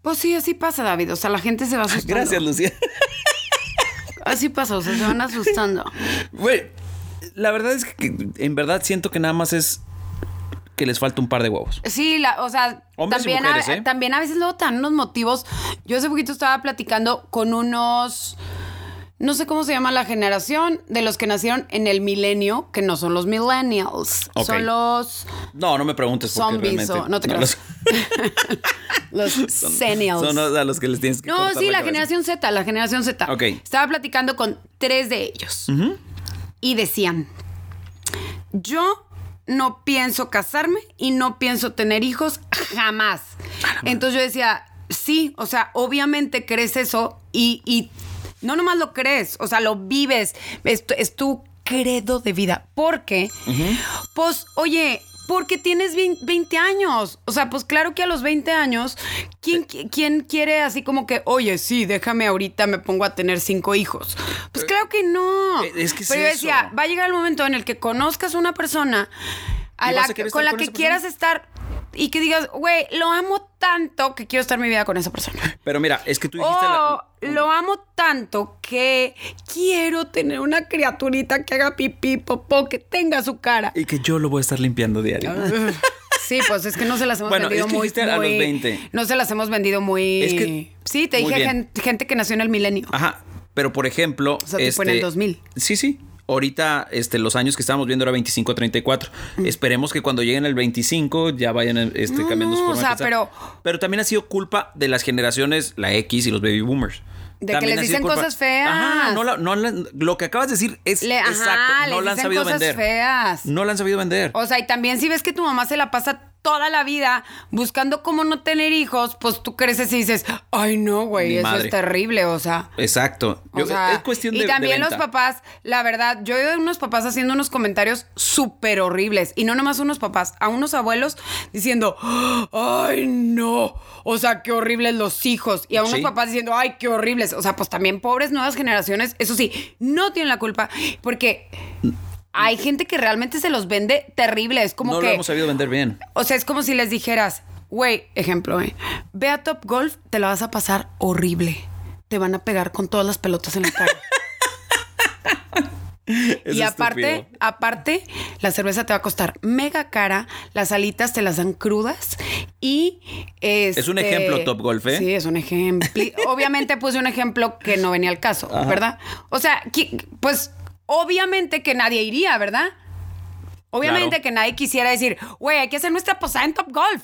Speaker 2: Pues sí, así pasa, David. O sea, la gente se va asustando.
Speaker 1: Gracias, Lucía.
Speaker 2: Así pasa, o sea, se van asustando.
Speaker 1: Güey, la verdad es que en verdad siento que nada más es que les falta un par de huevos.
Speaker 2: Sí, la, o sea,
Speaker 1: Hombres y
Speaker 2: también,
Speaker 1: mujeres,
Speaker 2: a,
Speaker 1: ¿eh?
Speaker 2: también a veces luego te dan unos motivos. Yo hace poquito estaba platicando con unos, no sé cómo se llama la generación, de los que nacieron en el milenio, que no son los millennials,
Speaker 1: Ok.
Speaker 2: son los,
Speaker 1: No, no me preguntes por qué
Speaker 2: Zombies,
Speaker 1: realmente.
Speaker 2: o- no te creas. los
Speaker 1: los-
Speaker 2: senials.
Speaker 1: son a los que les tienes que
Speaker 2: no,
Speaker 1: cortar
Speaker 2: sí, la,
Speaker 1: cabeza.
Speaker 2: generación Z, la generación Z.
Speaker 1: Ok.
Speaker 2: Estaba platicando con tres de ellos y decían, yo no pienso casarme y no pienso tener hijos jamás. Entonces yo decía, sí, o sea, obviamente crees eso y, y no nomás lo crees, o sea, lo vives, es, tu- es tu credo de vida. Porque, pues, oye... Porque tienes vein- 20 años. O sea, pues claro que a los 20 años, ¿quién, qui- quién quiere así como que, oye, sí, déjame ahorita, me pongo a tener cinco hijos? Pues claro que no.
Speaker 1: Eh, es que es
Speaker 2: Pero yo decía,
Speaker 1: eso.
Speaker 2: va a llegar el momento en el que conozcas una persona a
Speaker 1: Y
Speaker 2: la
Speaker 1: vas a
Speaker 2: que-
Speaker 1: querer
Speaker 2: con
Speaker 1: estar
Speaker 2: la
Speaker 1: con
Speaker 2: que
Speaker 1: esa
Speaker 2: quieras estar y que digas, güey, lo amo tanto que quiero estar mi vida con esa persona.
Speaker 1: Pero mira, es que tú
Speaker 2: O
Speaker 1: dijiste la-
Speaker 2: lo amo tanto que quiero tener una criaturita que haga pipí, popó, que tenga su cara.
Speaker 1: y que yo lo voy a estar limpiando diario.
Speaker 2: Ah, Sí, pues es que no se las hemos
Speaker 1: Bueno,
Speaker 2: vendido
Speaker 1: es que
Speaker 2: muy,
Speaker 1: dijiste a los
Speaker 2: muy-
Speaker 1: 20.
Speaker 2: No se las hemos vendido muy.
Speaker 1: Es que-
Speaker 2: sí, te
Speaker 1: muy
Speaker 2: dije
Speaker 1: bien.
Speaker 2: gen- gente que nació en el milenio.
Speaker 1: Ajá, pero por ejemplo, este,
Speaker 2: sea, tipo en el 2000.
Speaker 1: Sí, sí. Ahorita este los años que estábamos viendo era 25 34. Esperemos que cuando lleguen al 25 ya vayan este
Speaker 2: Mm. No,
Speaker 1: cambiando su
Speaker 2: no,
Speaker 1: forma
Speaker 2: o
Speaker 1: de
Speaker 2: sea,
Speaker 1: pensar.
Speaker 2: pero-
Speaker 1: pero también ha sido culpa de las generaciones la X y los baby boomers.
Speaker 2: De que
Speaker 1: También ha
Speaker 2: les
Speaker 1: sido
Speaker 2: dicen
Speaker 1: culpa-
Speaker 2: cosas feas.
Speaker 1: Ajá, no la- no la- lo que acabas de decir es
Speaker 2: Le- ajá,
Speaker 1: exacto, no
Speaker 2: les
Speaker 1: la han
Speaker 2: dicen
Speaker 1: sabido
Speaker 2: cosas
Speaker 1: vender.
Speaker 2: feas.
Speaker 1: No la han sabido vender.
Speaker 2: O sea, y también si ves que tu mamá se la pasa toda la vida buscando cómo no tener hijos, pues tú creces y dices, ay no, güey,
Speaker 1: Ni
Speaker 2: eso
Speaker 1: madre.
Speaker 2: es terrible, o sea.
Speaker 1: Exacto.
Speaker 2: O
Speaker 1: Yo-
Speaker 2: sea,
Speaker 1: es cuestión
Speaker 2: y
Speaker 1: de. de
Speaker 2: también los
Speaker 1: venta.
Speaker 2: papás, la verdad, yo veo unos papás haciendo unos comentarios súper horribles. Y no nomás unos papás, a unos abuelos diciendo, ay, no. O sea, qué horribles los hijos. Y a unos
Speaker 1: Sí.
Speaker 2: papás diciendo, ay, qué horribles. O sea, pues también pobres nuevas generaciones, eso sí, no tienen la culpa. Porque
Speaker 1: Mm.
Speaker 2: hay gente que realmente se los vende terrible. Es como
Speaker 1: no
Speaker 2: que.
Speaker 1: lo hemos sabido vender bien.
Speaker 2: O sea, es como si les dijeras, güey, ejemplo, ¿eh? ve a Top Golf, te la vas a pasar horrible. Te van a pegar con todas las pelotas en la cara.
Speaker 1: Es
Speaker 2: y aparte,
Speaker 1: estúpido.
Speaker 2: aparte, la cerveza te va a costar mega cara, las alitas te las dan crudas y
Speaker 1: Es un
Speaker 2: este,
Speaker 1: ejemplo, Top Golf, ¿eh?
Speaker 2: Sí, es un ejemplo. obviamente puse un ejemplo que no venía al caso, ¿verdad? O sea, qui- pues obviamente que nadie iría, ¿verdad? Obviamente
Speaker 1: Claro.
Speaker 2: que nadie quisiera decir, güey, hay que hacer nuestra posada en Top Golf.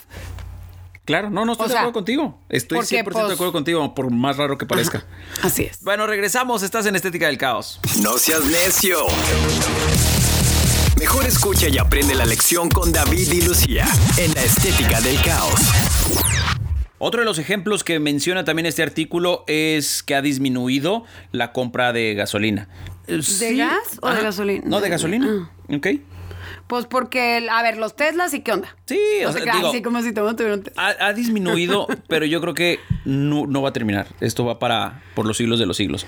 Speaker 1: Claro, no, no estoy
Speaker 2: o
Speaker 1: de
Speaker 2: sea,
Speaker 1: acuerdo contigo. Estoy
Speaker 2: porque,
Speaker 1: 100% de
Speaker 2: pues-
Speaker 1: acuerdo contigo, por más raro que parezca.
Speaker 2: Así es.
Speaker 1: Bueno, regresamos. Estás en Estética del Caos.
Speaker 3: No seas necio. Mejor escucha y aprende la lección con David y Lucía en la estética del caos.
Speaker 1: Otro de los ejemplos que menciona también este artículo es que ha disminuido la compra de gasolina. ¿De
Speaker 2: gas o de gasolina? Ah.
Speaker 1: No, de gasolina. Ok.
Speaker 2: Pues porque, a ver, los Teslas y qué onda.
Speaker 1: Sí,
Speaker 2: No
Speaker 1: o
Speaker 2: te
Speaker 1: sea,
Speaker 2: creas,
Speaker 1: digo-
Speaker 2: así como si todos tuvieran un Tesla.
Speaker 1: Ha, ha disminuido, pero yo creo que no, no va a terminar. Esto va para por los siglos de los siglos.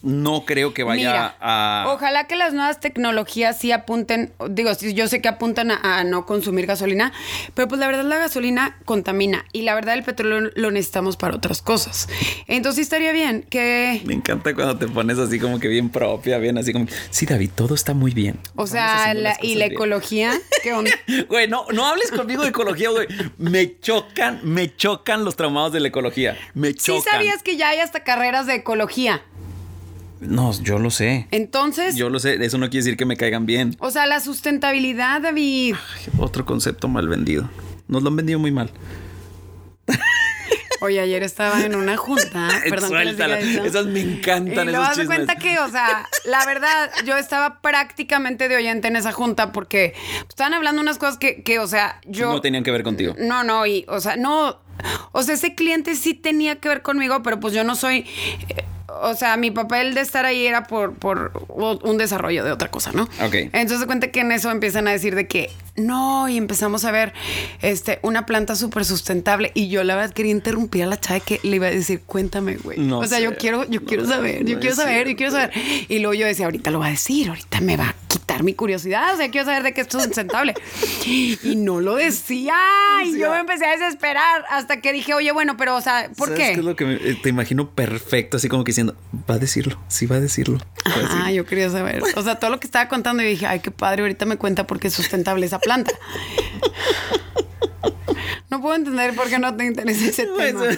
Speaker 1: No creo que vaya
Speaker 2: Mira,
Speaker 1: a.
Speaker 2: Ojalá que las nuevas tecnologías sí apunten, digo, sí, yo sé que apuntan a, a no consumir gasolina, pero pues la verdad la gasolina contamina y la verdad el petróleo lo necesitamos para otras cosas. Entonces sí estaría bien que,
Speaker 1: Me encanta cuando te pones así como que bien propia, bien así como. que, Sí, David, todo está muy bien.
Speaker 2: o
Speaker 1: Vamos
Speaker 2: sea,
Speaker 1: haciendo
Speaker 2: la-
Speaker 1: las
Speaker 2: y
Speaker 1: cosas
Speaker 2: la
Speaker 1: bien".
Speaker 2: ecología, ¿qué onda?
Speaker 1: Güey, no, no hables conmigo de ecología, güey. Me chocan, me chocan los traumados de la ecología. Me
Speaker 2: Sí
Speaker 1: chocan.
Speaker 2: sabías que ya hay hasta carreras de ecología.
Speaker 1: No, yo lo sé.
Speaker 2: Entonces,
Speaker 1: Yo lo sé. Eso no quiere decir que me caigan bien.
Speaker 2: o sea, la sustentabilidad, David.
Speaker 1: Ay, Otro concepto mal vendido. Nos lo han vendido muy mal.
Speaker 2: Oye, ayer estaba en una junta. Ah, Perdón que les diga
Speaker 1: Suéltala.
Speaker 2: eso.
Speaker 1: Esas me encantan,
Speaker 2: Y
Speaker 1: esos
Speaker 2: luego haz de
Speaker 1: chismes.
Speaker 2: cuenta que, o sea, la verdad, yo estaba prácticamente de oyente en esa junta porque estaban hablando unas cosas que, que, o sea, yo. Mm,
Speaker 1: No tenían que ver contigo.
Speaker 2: No, no, y, o sea, no. O sea, ese cliente sí tenía que ver conmigo, pero pues yo no soy. eh, o sea, mi papel de estar ahí era por, por o- un desarrollo de otra cosa, ¿no?
Speaker 1: Ok.
Speaker 2: Entonces, se cuenta que en eso empiezan a decir de que no, y empezamos a ver este, una planta súper sustentable. Y yo, la verdad, quería interrumpir a la chava que le iba a decir, cuéntame, güey.
Speaker 1: No
Speaker 2: o sea, yo
Speaker 1: sé.
Speaker 2: quiero, yo
Speaker 1: No
Speaker 2: quiero
Speaker 1: sé,
Speaker 2: saber, yo
Speaker 1: no
Speaker 2: quiero
Speaker 1: es
Speaker 2: saber, yo
Speaker 1: cierto.
Speaker 2: quiero saber. Y luego yo decía, ahorita lo va a decir, ahorita me va a quitar mi curiosidad, o sea, quiero saber de qué esto es sustentable. Y no lo decía, y yo me empecé a desesperar hasta que dije, oye, bueno, pero, o sea, ¿por
Speaker 1: ¿Sabes
Speaker 2: qué?
Speaker 1: es lo que me- eh, te imagino perfecto, así como que diciendo, va a decirlo, sí va a decirlo. va a decirlo".
Speaker 2: Ah, yo quería saber. O sea, todo lo que estaba contando y dije, ay, qué padre, ahorita me cuenta por qué es sustentable esa planta. No puedo entender por qué no te interesa ese
Speaker 1: Pues,
Speaker 2: tema.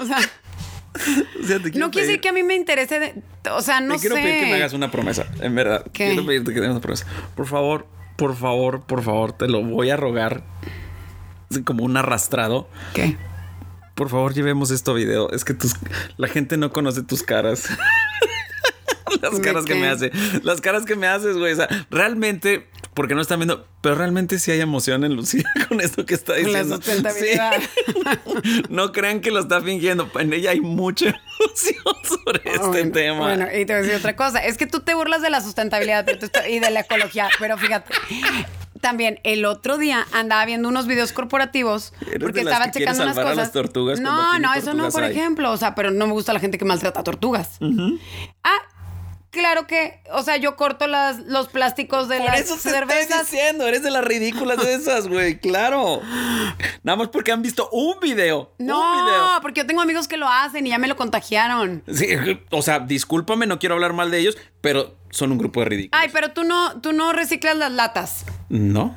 Speaker 2: O sea,
Speaker 1: O sea, te quiero
Speaker 2: no quiere
Speaker 1: pedir-
Speaker 2: decir que a mí me interese, de- o sea, no
Speaker 1: Te quiero
Speaker 2: sé.
Speaker 1: pedir que me hagas una promesa, en verdad.
Speaker 2: ¿Qué?
Speaker 1: Quiero pedirte que me hagas una promesa. Por favor, por favor, por favor, te lo voy a rogar. Así Como un arrastrado.
Speaker 2: ¿Qué?
Speaker 1: Por favor, llevemos esto a video. Es que tus, la gente no conoce tus caras. las
Speaker 2: ¿De
Speaker 1: caras que
Speaker 2: qué?
Speaker 1: me hace. Las caras que me haces, güey. O sea, realmente, porque no están viendo, pero realmente sí hay emoción en Lucía con esto que está
Speaker 2: Con la
Speaker 1: diciendo.
Speaker 2: sustentabilidad.
Speaker 1: Sí. no crean que lo está fingiendo. En ella hay mucha emoción sobre este
Speaker 2: Ah, Bueno,
Speaker 1: tema.
Speaker 2: Bueno, y te voy a decir otra cosa. Es que tú te burlas de la sustentabilidad pero tú estás- y de la ecología, pero fíjate. También el otro día andaba viendo unos videos corporativos
Speaker 1: Eres
Speaker 2: porque
Speaker 1: de las
Speaker 2: estaba
Speaker 1: que quieres
Speaker 2: checando unas
Speaker 1: salvar a
Speaker 2: cosas.
Speaker 1: las tortugas cuando
Speaker 2: no,
Speaker 1: aquí ni
Speaker 2: no, eso no,
Speaker 1: tortugas
Speaker 2: por
Speaker 1: hay.
Speaker 2: ejemplo. O sea, pero no me gusta la gente que maltrata tortugas. Ah, claro que, o sea, yo corto las, los plásticos de
Speaker 1: Por
Speaker 2: las
Speaker 1: eso te estoy
Speaker 2: cervezas.
Speaker 1: diciendo, eres de las ridículas de esas, güey, claro. Nada más porque han visto un video. Un video.
Speaker 2: No, porque yo tengo amigos que lo hacen y ya me lo contagiaron.
Speaker 1: Sí, o sea, discúlpame, no quiero hablar mal de ellos, pero son un grupo de ridículos.
Speaker 2: Ay, pero tú no, tú no reciclas las latas.
Speaker 1: No.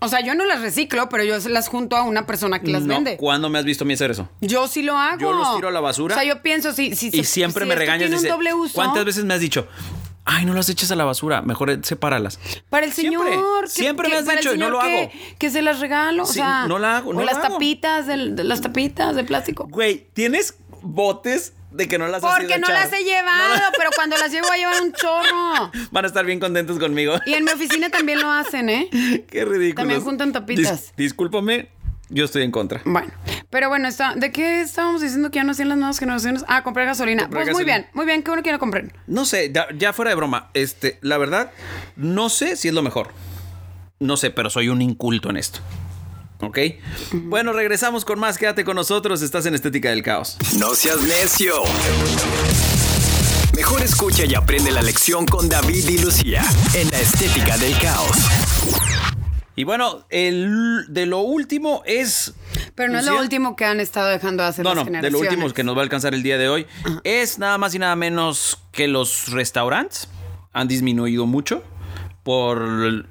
Speaker 2: O sea, yo no las reciclo, pero yo se las junto a una persona que las
Speaker 1: no.
Speaker 2: vende.
Speaker 1: ¿Cuándo me has visto a mí hacer eso?
Speaker 2: Yo sí lo hago.
Speaker 1: Yo los tiro a la basura.
Speaker 2: O sea, yo pienso, si, si
Speaker 1: Y
Speaker 2: se-
Speaker 1: siempre
Speaker 2: si
Speaker 1: me
Speaker 2: esto
Speaker 1: regañas.
Speaker 2: Tiene un
Speaker 1: dice,
Speaker 2: doble uso.
Speaker 1: ¿Cuántas veces me has dicho? Ay, no las eches a la basura, mejor eh, sepáralas.
Speaker 2: Para el señor.
Speaker 1: Siempre,
Speaker 2: que-
Speaker 1: siempre
Speaker 2: que-
Speaker 1: me has
Speaker 2: para el
Speaker 1: dicho y no
Speaker 2: señor
Speaker 1: lo hago.
Speaker 2: Que, que se las regalo. O
Speaker 1: Sí,
Speaker 2: sea,
Speaker 1: no la hago,
Speaker 2: o
Speaker 1: no
Speaker 2: las
Speaker 1: la hago.
Speaker 2: tapitas, del- de las tapitas de plástico.
Speaker 1: Güey, tienes botes de que no las has
Speaker 2: Porque
Speaker 1: ido a
Speaker 2: no
Speaker 1: echar.
Speaker 2: las he llevado, pero cuando las llevo a llevar un chorro.
Speaker 1: Van a estar bien contentos conmigo.
Speaker 2: Y en mi oficina también lo hacen, ¿eh?
Speaker 1: Qué ridículo.
Speaker 2: También juntan tapitas.
Speaker 1: discúlpame, yo estoy en contra.
Speaker 2: Bueno, pero bueno, está, ¿de qué estábamos diciendo que ya no hacían las nuevas generaciones? Ah, comprar gasolina.
Speaker 1: Comprar
Speaker 2: pues muy
Speaker 1: gasolina.
Speaker 2: bien, muy bien, qué bueno que ya lo compren.
Speaker 1: No sé, ya, ya fuera de broma, este, la verdad, no sé si es lo mejor. No sé, pero soy un inculto en esto. ¿Ok? Bueno, regresamos con más. Quédate con nosotros. Estás en Estética del Caos.
Speaker 3: No seas necio. Mejor escucha y aprende la lección con David y Lucía en la estética del caos.
Speaker 1: Y bueno, el, de lo último es.
Speaker 2: Pero no es lo
Speaker 1: Lucía.
Speaker 2: último que han estado dejando de hacer
Speaker 1: No, no,
Speaker 2: las
Speaker 1: de lo
Speaker 2: generaciones.
Speaker 1: último que nos va a alcanzar el día de hoy es nada más y nada menos que los restaurantes han disminuido mucho por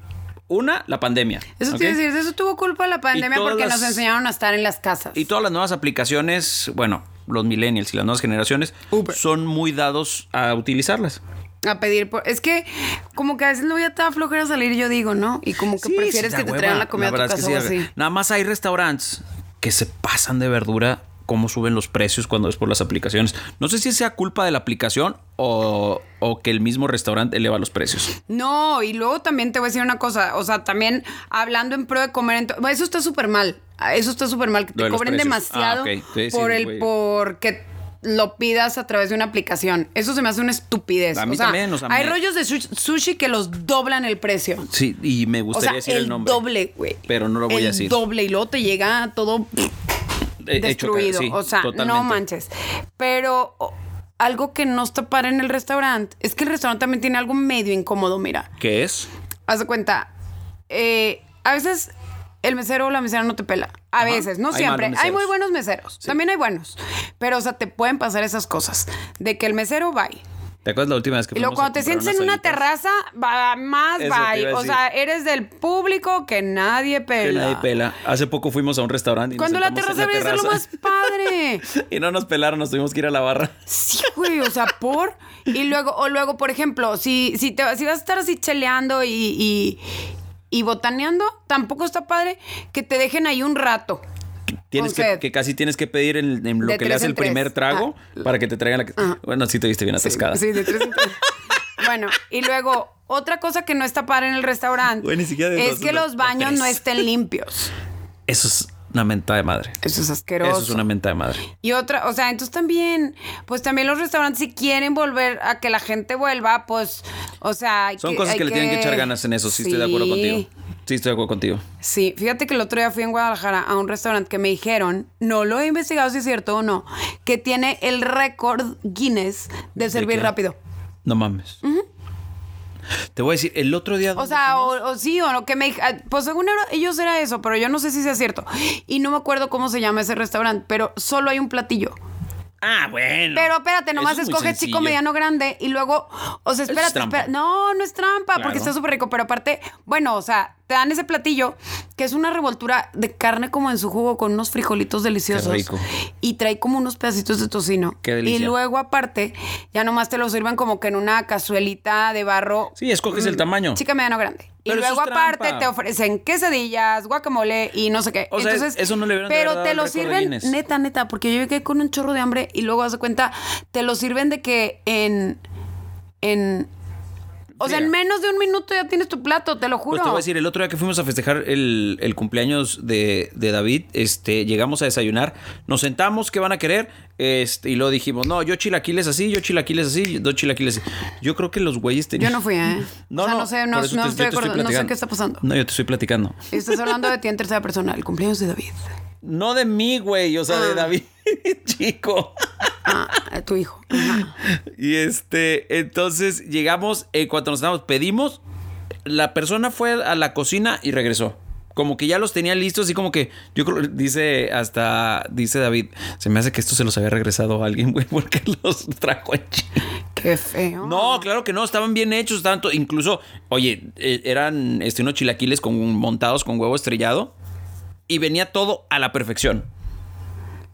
Speaker 1: una, la pandemia.
Speaker 2: Eso
Speaker 1: ¿ok?
Speaker 2: te iba a decir, de eso tuvo culpa la pandemia
Speaker 1: todas
Speaker 2: porque
Speaker 1: las-
Speaker 2: nos enseñaron a estar en las casas.
Speaker 1: Y todas las nuevas aplicaciones, bueno, los millennials y las nuevas generaciones
Speaker 2: Uber.
Speaker 1: son muy dados a utilizarlas.
Speaker 2: A pedir por. Es que, como que a veces luego ya te da flojera salir, yo digo, ¿no? Y como que prefieres que te traigan la comida a tu
Speaker 1: verdad
Speaker 2: casa
Speaker 1: es que
Speaker 2: o
Speaker 1: sí,
Speaker 2: así.
Speaker 1: Nada más hay restaurantes que se pasan de verdura cómo suben los precios cuando es por las aplicaciones. No sé si sea culpa de la aplicación o, o que el mismo restaurante eleva los precios.
Speaker 2: No, y luego también te voy a decir una cosa. O sea, también hablando en pro de comer. en to- Bueno, eso está súper mal. Ah, Eso está súper mal. Que
Speaker 1: Lo de
Speaker 2: te
Speaker 1: los
Speaker 2: cobren
Speaker 1: precios.
Speaker 2: demasiado
Speaker 1: Ah, ok. Sí, sí,
Speaker 2: por
Speaker 1: güey.
Speaker 2: el. porque lo pidas a través de una aplicación. Eso se me hace una estupidez.
Speaker 1: A mí
Speaker 2: o sea,
Speaker 1: también, o sea,
Speaker 2: hay
Speaker 1: me-
Speaker 2: rollos de sushi- sushi que los doblan el precio.
Speaker 1: Sí, y me gustaría
Speaker 2: o sea,
Speaker 1: decir el, nombre.
Speaker 2: doble, güey.
Speaker 1: Pero no lo voy
Speaker 2: el
Speaker 1: a decir.
Speaker 2: doble y luego te llega todo
Speaker 1: He- he Eh, hecho ca-
Speaker 2: destruido.
Speaker 1: sí,
Speaker 2: o sea, no
Speaker 1: totalmente.
Speaker 2: manches. Pero o- algo que no está para en el restaurante es que el restaurante también tiene algo medio incómodo, mira.
Speaker 1: ¿Qué es?
Speaker 2: Haz de cuenta, eh, a veces el mesero o la mesera no te pela. A
Speaker 1: Ajá.
Speaker 2: veces, no
Speaker 1: Hay
Speaker 2: siempre.
Speaker 1: malos
Speaker 2: Hay muy
Speaker 1: meseros.
Speaker 2: buenos meseros.
Speaker 1: Sí.
Speaker 2: También hay buenos. Pero, o sea, te pueden pasar esas cosas. De que el mesero va.
Speaker 1: ¿Te acuerdas la última vez que
Speaker 2: Y luego
Speaker 1: fuimos a
Speaker 2: cuando te
Speaker 1: comprar
Speaker 2: sientes en una
Speaker 1: unas alitas?
Speaker 2: terraza, va más
Speaker 1: Eso te
Speaker 2: va.
Speaker 1: iba a
Speaker 2: O
Speaker 1: decir.
Speaker 2: sea, eres del público que nadie
Speaker 1: Que
Speaker 2: pela.
Speaker 1: nadie pela. Hace poco fuimos a un restaurante. y nos
Speaker 2: Cuando la
Speaker 1: sentamos en
Speaker 2: terraza debería ser lo más
Speaker 1: terraza.
Speaker 2: padre.
Speaker 1: Y no nos pelaron, nos tuvimos que ir a la barra.
Speaker 2: Sí, güey, o sea, por. Y luego, o luego, por ejemplo, si, si, te, si vas a estar así cheleando y, y, y botaneando, tampoco está padre que te dejen ahí un rato.
Speaker 1: Tienes
Speaker 2: Con
Speaker 1: que,
Speaker 2: sed.
Speaker 1: que casi tienes que pedir en, en lo
Speaker 2: De
Speaker 1: que le
Speaker 2: tres
Speaker 1: das
Speaker 2: en
Speaker 1: el primer
Speaker 2: tres. Ah.
Speaker 1: trago para que te traigan la que- Bueno, sí te viste bien atascada.
Speaker 2: Sí, de tres en tres. bueno, y luego, otra cosa que no está padre en el restaurante
Speaker 1: Güey, ni siquiera de
Speaker 2: es
Speaker 1: dos,
Speaker 2: que
Speaker 1: no,
Speaker 2: los baños
Speaker 1: tres.
Speaker 2: no estén limpios.
Speaker 1: Eso es una menta de madre.
Speaker 2: Eso es asqueroso.
Speaker 1: Eso es una menta de madre.
Speaker 2: Y otra, o sea, entonces también, pues también los restaurantes si quieren volver a que la gente vuelva, pues, o sea, hay
Speaker 1: Son cosas
Speaker 2: hay
Speaker 1: que le tienen que echar ganas en eso. Sí, estoy de acuerdo
Speaker 2: Sí.
Speaker 1: contigo. Sí, estoy de acuerdo contigo.
Speaker 2: Sí, fíjate que el otro día fui en Guadalajara a un restaurante que me dijeron, no lo he investigado si es cierto o no, que tiene el récord Guinness de servir
Speaker 1: qué?
Speaker 2: rápido.
Speaker 1: No mames. Te voy a decir, el otro día.
Speaker 2: O sea, o, o sí o no, que me dij- ah, pues según era- ellos era eso, pero yo no sé si sea cierto. Y no me acuerdo cómo se llama ese restaurante, pero solo hay un platillo.
Speaker 1: Ah, bueno.
Speaker 2: Pero espérate,
Speaker 1: Eso
Speaker 2: nomás
Speaker 1: es muy
Speaker 2: escoge
Speaker 1: sencillo.
Speaker 2: chico, mediano, grande y luego, o
Speaker 1: Eso
Speaker 2: sea,
Speaker 1: es
Speaker 2: espérate,
Speaker 1: trampa.
Speaker 2: espérate. No, no es trampa,
Speaker 1: Claro.
Speaker 2: porque está súper rico, pero aparte, bueno, o sea, te dan ese platillo que es una revoltura de carne como en su jugo con unos frijolitos deliciosos.
Speaker 1: rico.
Speaker 2: Y trae como unos pedacitos de tocino.
Speaker 1: Qué delicia.
Speaker 2: Y luego aparte, ya nomás te lo sirven como que en una cazuelita de barro. Mm,
Speaker 1: Sí, escoges el tamaño.
Speaker 2: Chica, mediano, grande. Y
Speaker 1: Pero eso
Speaker 2: luego
Speaker 1: es
Speaker 2: aparte
Speaker 1: trampa.
Speaker 2: te ofrecen quesadillas, guacamole y no sé qué.
Speaker 1: O sea,
Speaker 2: Entonces,
Speaker 1: eso no le hubieran de haber
Speaker 2: Pero
Speaker 1: dado
Speaker 2: te
Speaker 1: el
Speaker 2: lo
Speaker 1: récord de
Speaker 2: sirven
Speaker 1: Guinness.
Speaker 2: neta, neta, porque yo llegué con un chorro de hambre y luego haz de cuenta, te lo sirven de que en. en o sea,
Speaker 1: Mira.
Speaker 2: en menos de un minuto ya tienes tu plato, te lo juro.
Speaker 1: Pues te voy a decir, el otro día que fuimos a festejar el, el cumpleaños de, de David, este, llegamos a desayunar, nos sentamos, ¿qué van a querer? Este, y luego dijimos, no, yo chilaquiles así, yo chilaquiles así, dos chilaquiles así. Yo creo que los güeyes tenían...
Speaker 2: Yo no fui, ¿eh?
Speaker 1: No,
Speaker 2: O sea,
Speaker 1: no,
Speaker 2: no sé, no-
Speaker 1: por eso
Speaker 2: no
Speaker 1: te-
Speaker 2: estoy
Speaker 1: yo te
Speaker 2: acordando, no sé
Speaker 1: platicando.
Speaker 2: qué está pasando.
Speaker 1: No, yo te estoy platicando.
Speaker 2: Estás hablando de ti en tercera persona, el cumpleaños de David.
Speaker 1: No de mí, güey, o sea, de
Speaker 2: Ah.
Speaker 1: David, chico.
Speaker 2: Ah, de tu hijo. Ajá.
Speaker 1: Y este, entonces llegamos, eh, cuando nos estábamos, pedimos, la persona fue a la cocina y regresó. Como que ya los tenía listos, así como que yo creo, dice hasta, dice David, se me hace que esto se los había regresado a alguien, güey, porque los trajo en chinga.
Speaker 2: Qué feo.
Speaker 1: No, claro que no, estaban bien hechos, tanto, incluso, oye, eh, eran este, unos chilaquiles con, montados con huevo estrellado y venía todo a la perfección.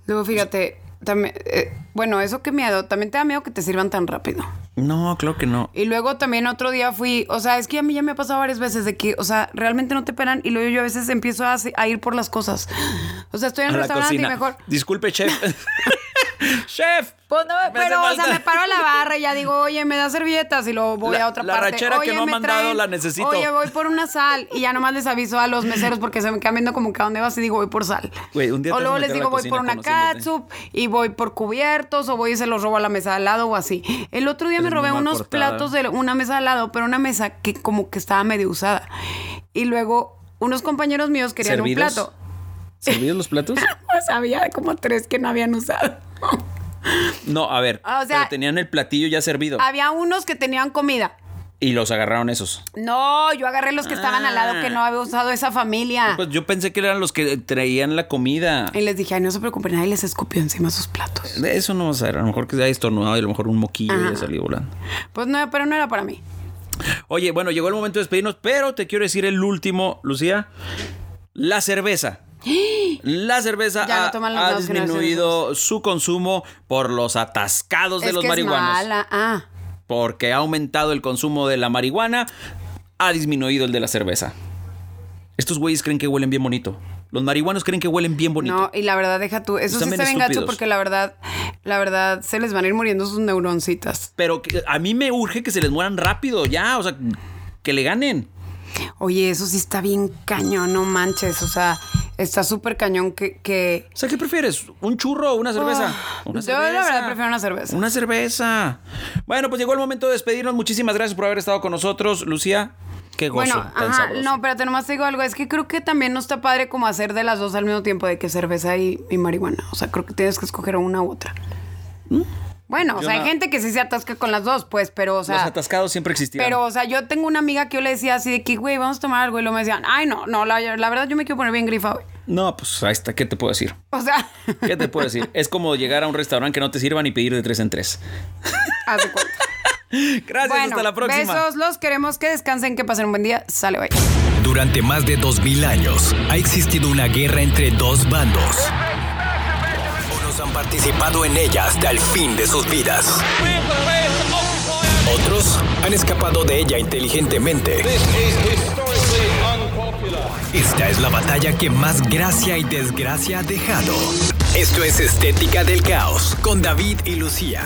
Speaker 2: Luego fíjate, también, eh, bueno, eso qué miedo. También te da miedo que te sirvan tan rápido.
Speaker 1: No, claro que no.
Speaker 2: Y luego también otro día fui, o sea, es que a mí ya me ha pasado varias veces de que, o sea, realmente no te esperan y luego yo a veces empiezo a, a ir por las cosas. O sea, estoy en
Speaker 1: A
Speaker 2: el
Speaker 1: la
Speaker 2: restaurante
Speaker 1: cocina.
Speaker 2: y mejor.
Speaker 1: Disculpe, chef. Chef.
Speaker 2: Pues no,
Speaker 1: me hace
Speaker 2: pero, o sea,
Speaker 1: falta.
Speaker 2: me paro a la barra y ya digo, oye, me da servietas y luego voy
Speaker 1: La-
Speaker 2: a otra
Speaker 1: la
Speaker 2: parte.
Speaker 1: rachera que
Speaker 2: Oye,
Speaker 1: no ha
Speaker 2: me
Speaker 1: mandado
Speaker 2: traen-
Speaker 1: la necesito.
Speaker 2: Oye, voy por una sal. Y ya nomás les aviso a los meseros porque se me quedan viendo como que a dónde vas y digo, voy por sal.
Speaker 1: Güey, un día te
Speaker 2: o
Speaker 1: vas a
Speaker 2: luego les
Speaker 1: meter a la
Speaker 2: digo, voy por
Speaker 1: cocina
Speaker 2: una
Speaker 1: conociéndote.
Speaker 2: catsup y voy por cubiertos o voy y se los robo a la mesa de al lado o así. El otro día me
Speaker 1: Eres muy
Speaker 2: robé
Speaker 1: mal
Speaker 2: unos
Speaker 1: portada.
Speaker 2: platos de una mesa de al lado, pero una mesa que como que estaba medio usada. Y luego unos compañeros míos querían
Speaker 1: ¿Servidos?
Speaker 2: un plato.
Speaker 1: ¿Servidos los platos?
Speaker 2: Pues había como tres que no habían usado.
Speaker 1: No, a ver.
Speaker 2: Ah, o sea- Ah.
Speaker 1: pero tenían el platillo ya servido.
Speaker 2: había unos que tenían comida.
Speaker 1: Y los agarraron esos.
Speaker 2: No, yo agarré los que estaban al lado que no había usado esa familia.
Speaker 1: Ah. Pues yo pensé que eran los que traían la comida.
Speaker 2: y les dije, ay, no se preocupen, nadie les escupió encima sus platos.
Speaker 1: De eso Eh, no vas a ver. A lo mejor que se haya estornudado y a lo mejor un moquillo y
Speaker 2: Ajá.
Speaker 1: ya salió volando.
Speaker 2: Pues no, pero no era para mí.
Speaker 1: Oye, bueno, llegó el momento de despedirnos, pero te quiero decir el último, Lucía. La cerveza. La cerveza
Speaker 2: Ya no
Speaker 1: ha-
Speaker 2: toman las
Speaker 1: ha,
Speaker 2: nuevas
Speaker 1: disminuido su consumo por los atascados Pues de
Speaker 2: es
Speaker 1: los
Speaker 2: que
Speaker 1: marihuanos.
Speaker 2: es mala. Ah,
Speaker 1: Porque ha aumentado el consumo de la marihuana, ha disminuido el de la cerveza. Estos güeyes creen que huelen bien bonito. Los marihuanos creen que huelen bien bonito.
Speaker 2: no, y la verdad, deja tú. Eso
Speaker 1: Están
Speaker 2: sí
Speaker 1: bien
Speaker 2: está bien gacho
Speaker 1: estúpidos.
Speaker 2: porque la verdad, la verdad, se les van a ir muriendo sus neuroncitas.
Speaker 1: Pero que- a mí me urge que se les mueran rápido, ya, o sea, que le ganen.
Speaker 2: Oye, eso sí está bien cañón, no manches. O sea, está súper cañón que, que-
Speaker 1: O sea, ¿qué prefieres? ¿Un churro o una cerveza?
Speaker 2: Ah,
Speaker 1: Una
Speaker 2: yo la verdad prefiero una cerveza.
Speaker 1: Una cerveza. Bueno, pues llegó el momento de despedirnos. Muchísimas gracias por haber estado con nosotros, Lucía. Qué gozo.
Speaker 2: Bueno,
Speaker 1: tan
Speaker 2: ajá,
Speaker 1: sabroso.
Speaker 2: no, pero nomás te digo algo, es que creo que también no está padre como hacer de las dos al mismo tiempo, de que cerveza y, y marihuana. O sea, creo que tienes que escoger una u otra. Bueno, o
Speaker 1: Yo
Speaker 2: sea,
Speaker 1: no-
Speaker 2: hay gente que sí se atasca con las dos, pues, pero, o sea.
Speaker 1: Los atascados siempre existían.
Speaker 2: Pero, o sea, yo tengo una amiga que yo le decía así de que, güey, vamos a tomar algo. Y luego me decían, ay, no, no, la, la verdad yo me quiero poner bien grifa hoy.
Speaker 1: No, pues ahí está. ¿Qué te puedo decir?
Speaker 2: O sea,
Speaker 1: ¿Qué te puedo decir? es como llegar a un restaurante que no te sirvan y pedir de tres en tres.
Speaker 2: hace cuenta.
Speaker 1: Gracias, hasta la próxima.
Speaker 2: Besos, los queremos, que descansen, que pasen un buen día. Sale, bye.
Speaker 3: Durante más de 2000 años ha existido una guerra entre dos bandos. Unos han participado en ella hasta el fin de sus vidas. Otros han escapado de ella inteligentemente. Esta es la batalla que más gracia y desgracia ha dejado. Esto es Estética del Caos con David y Lucía.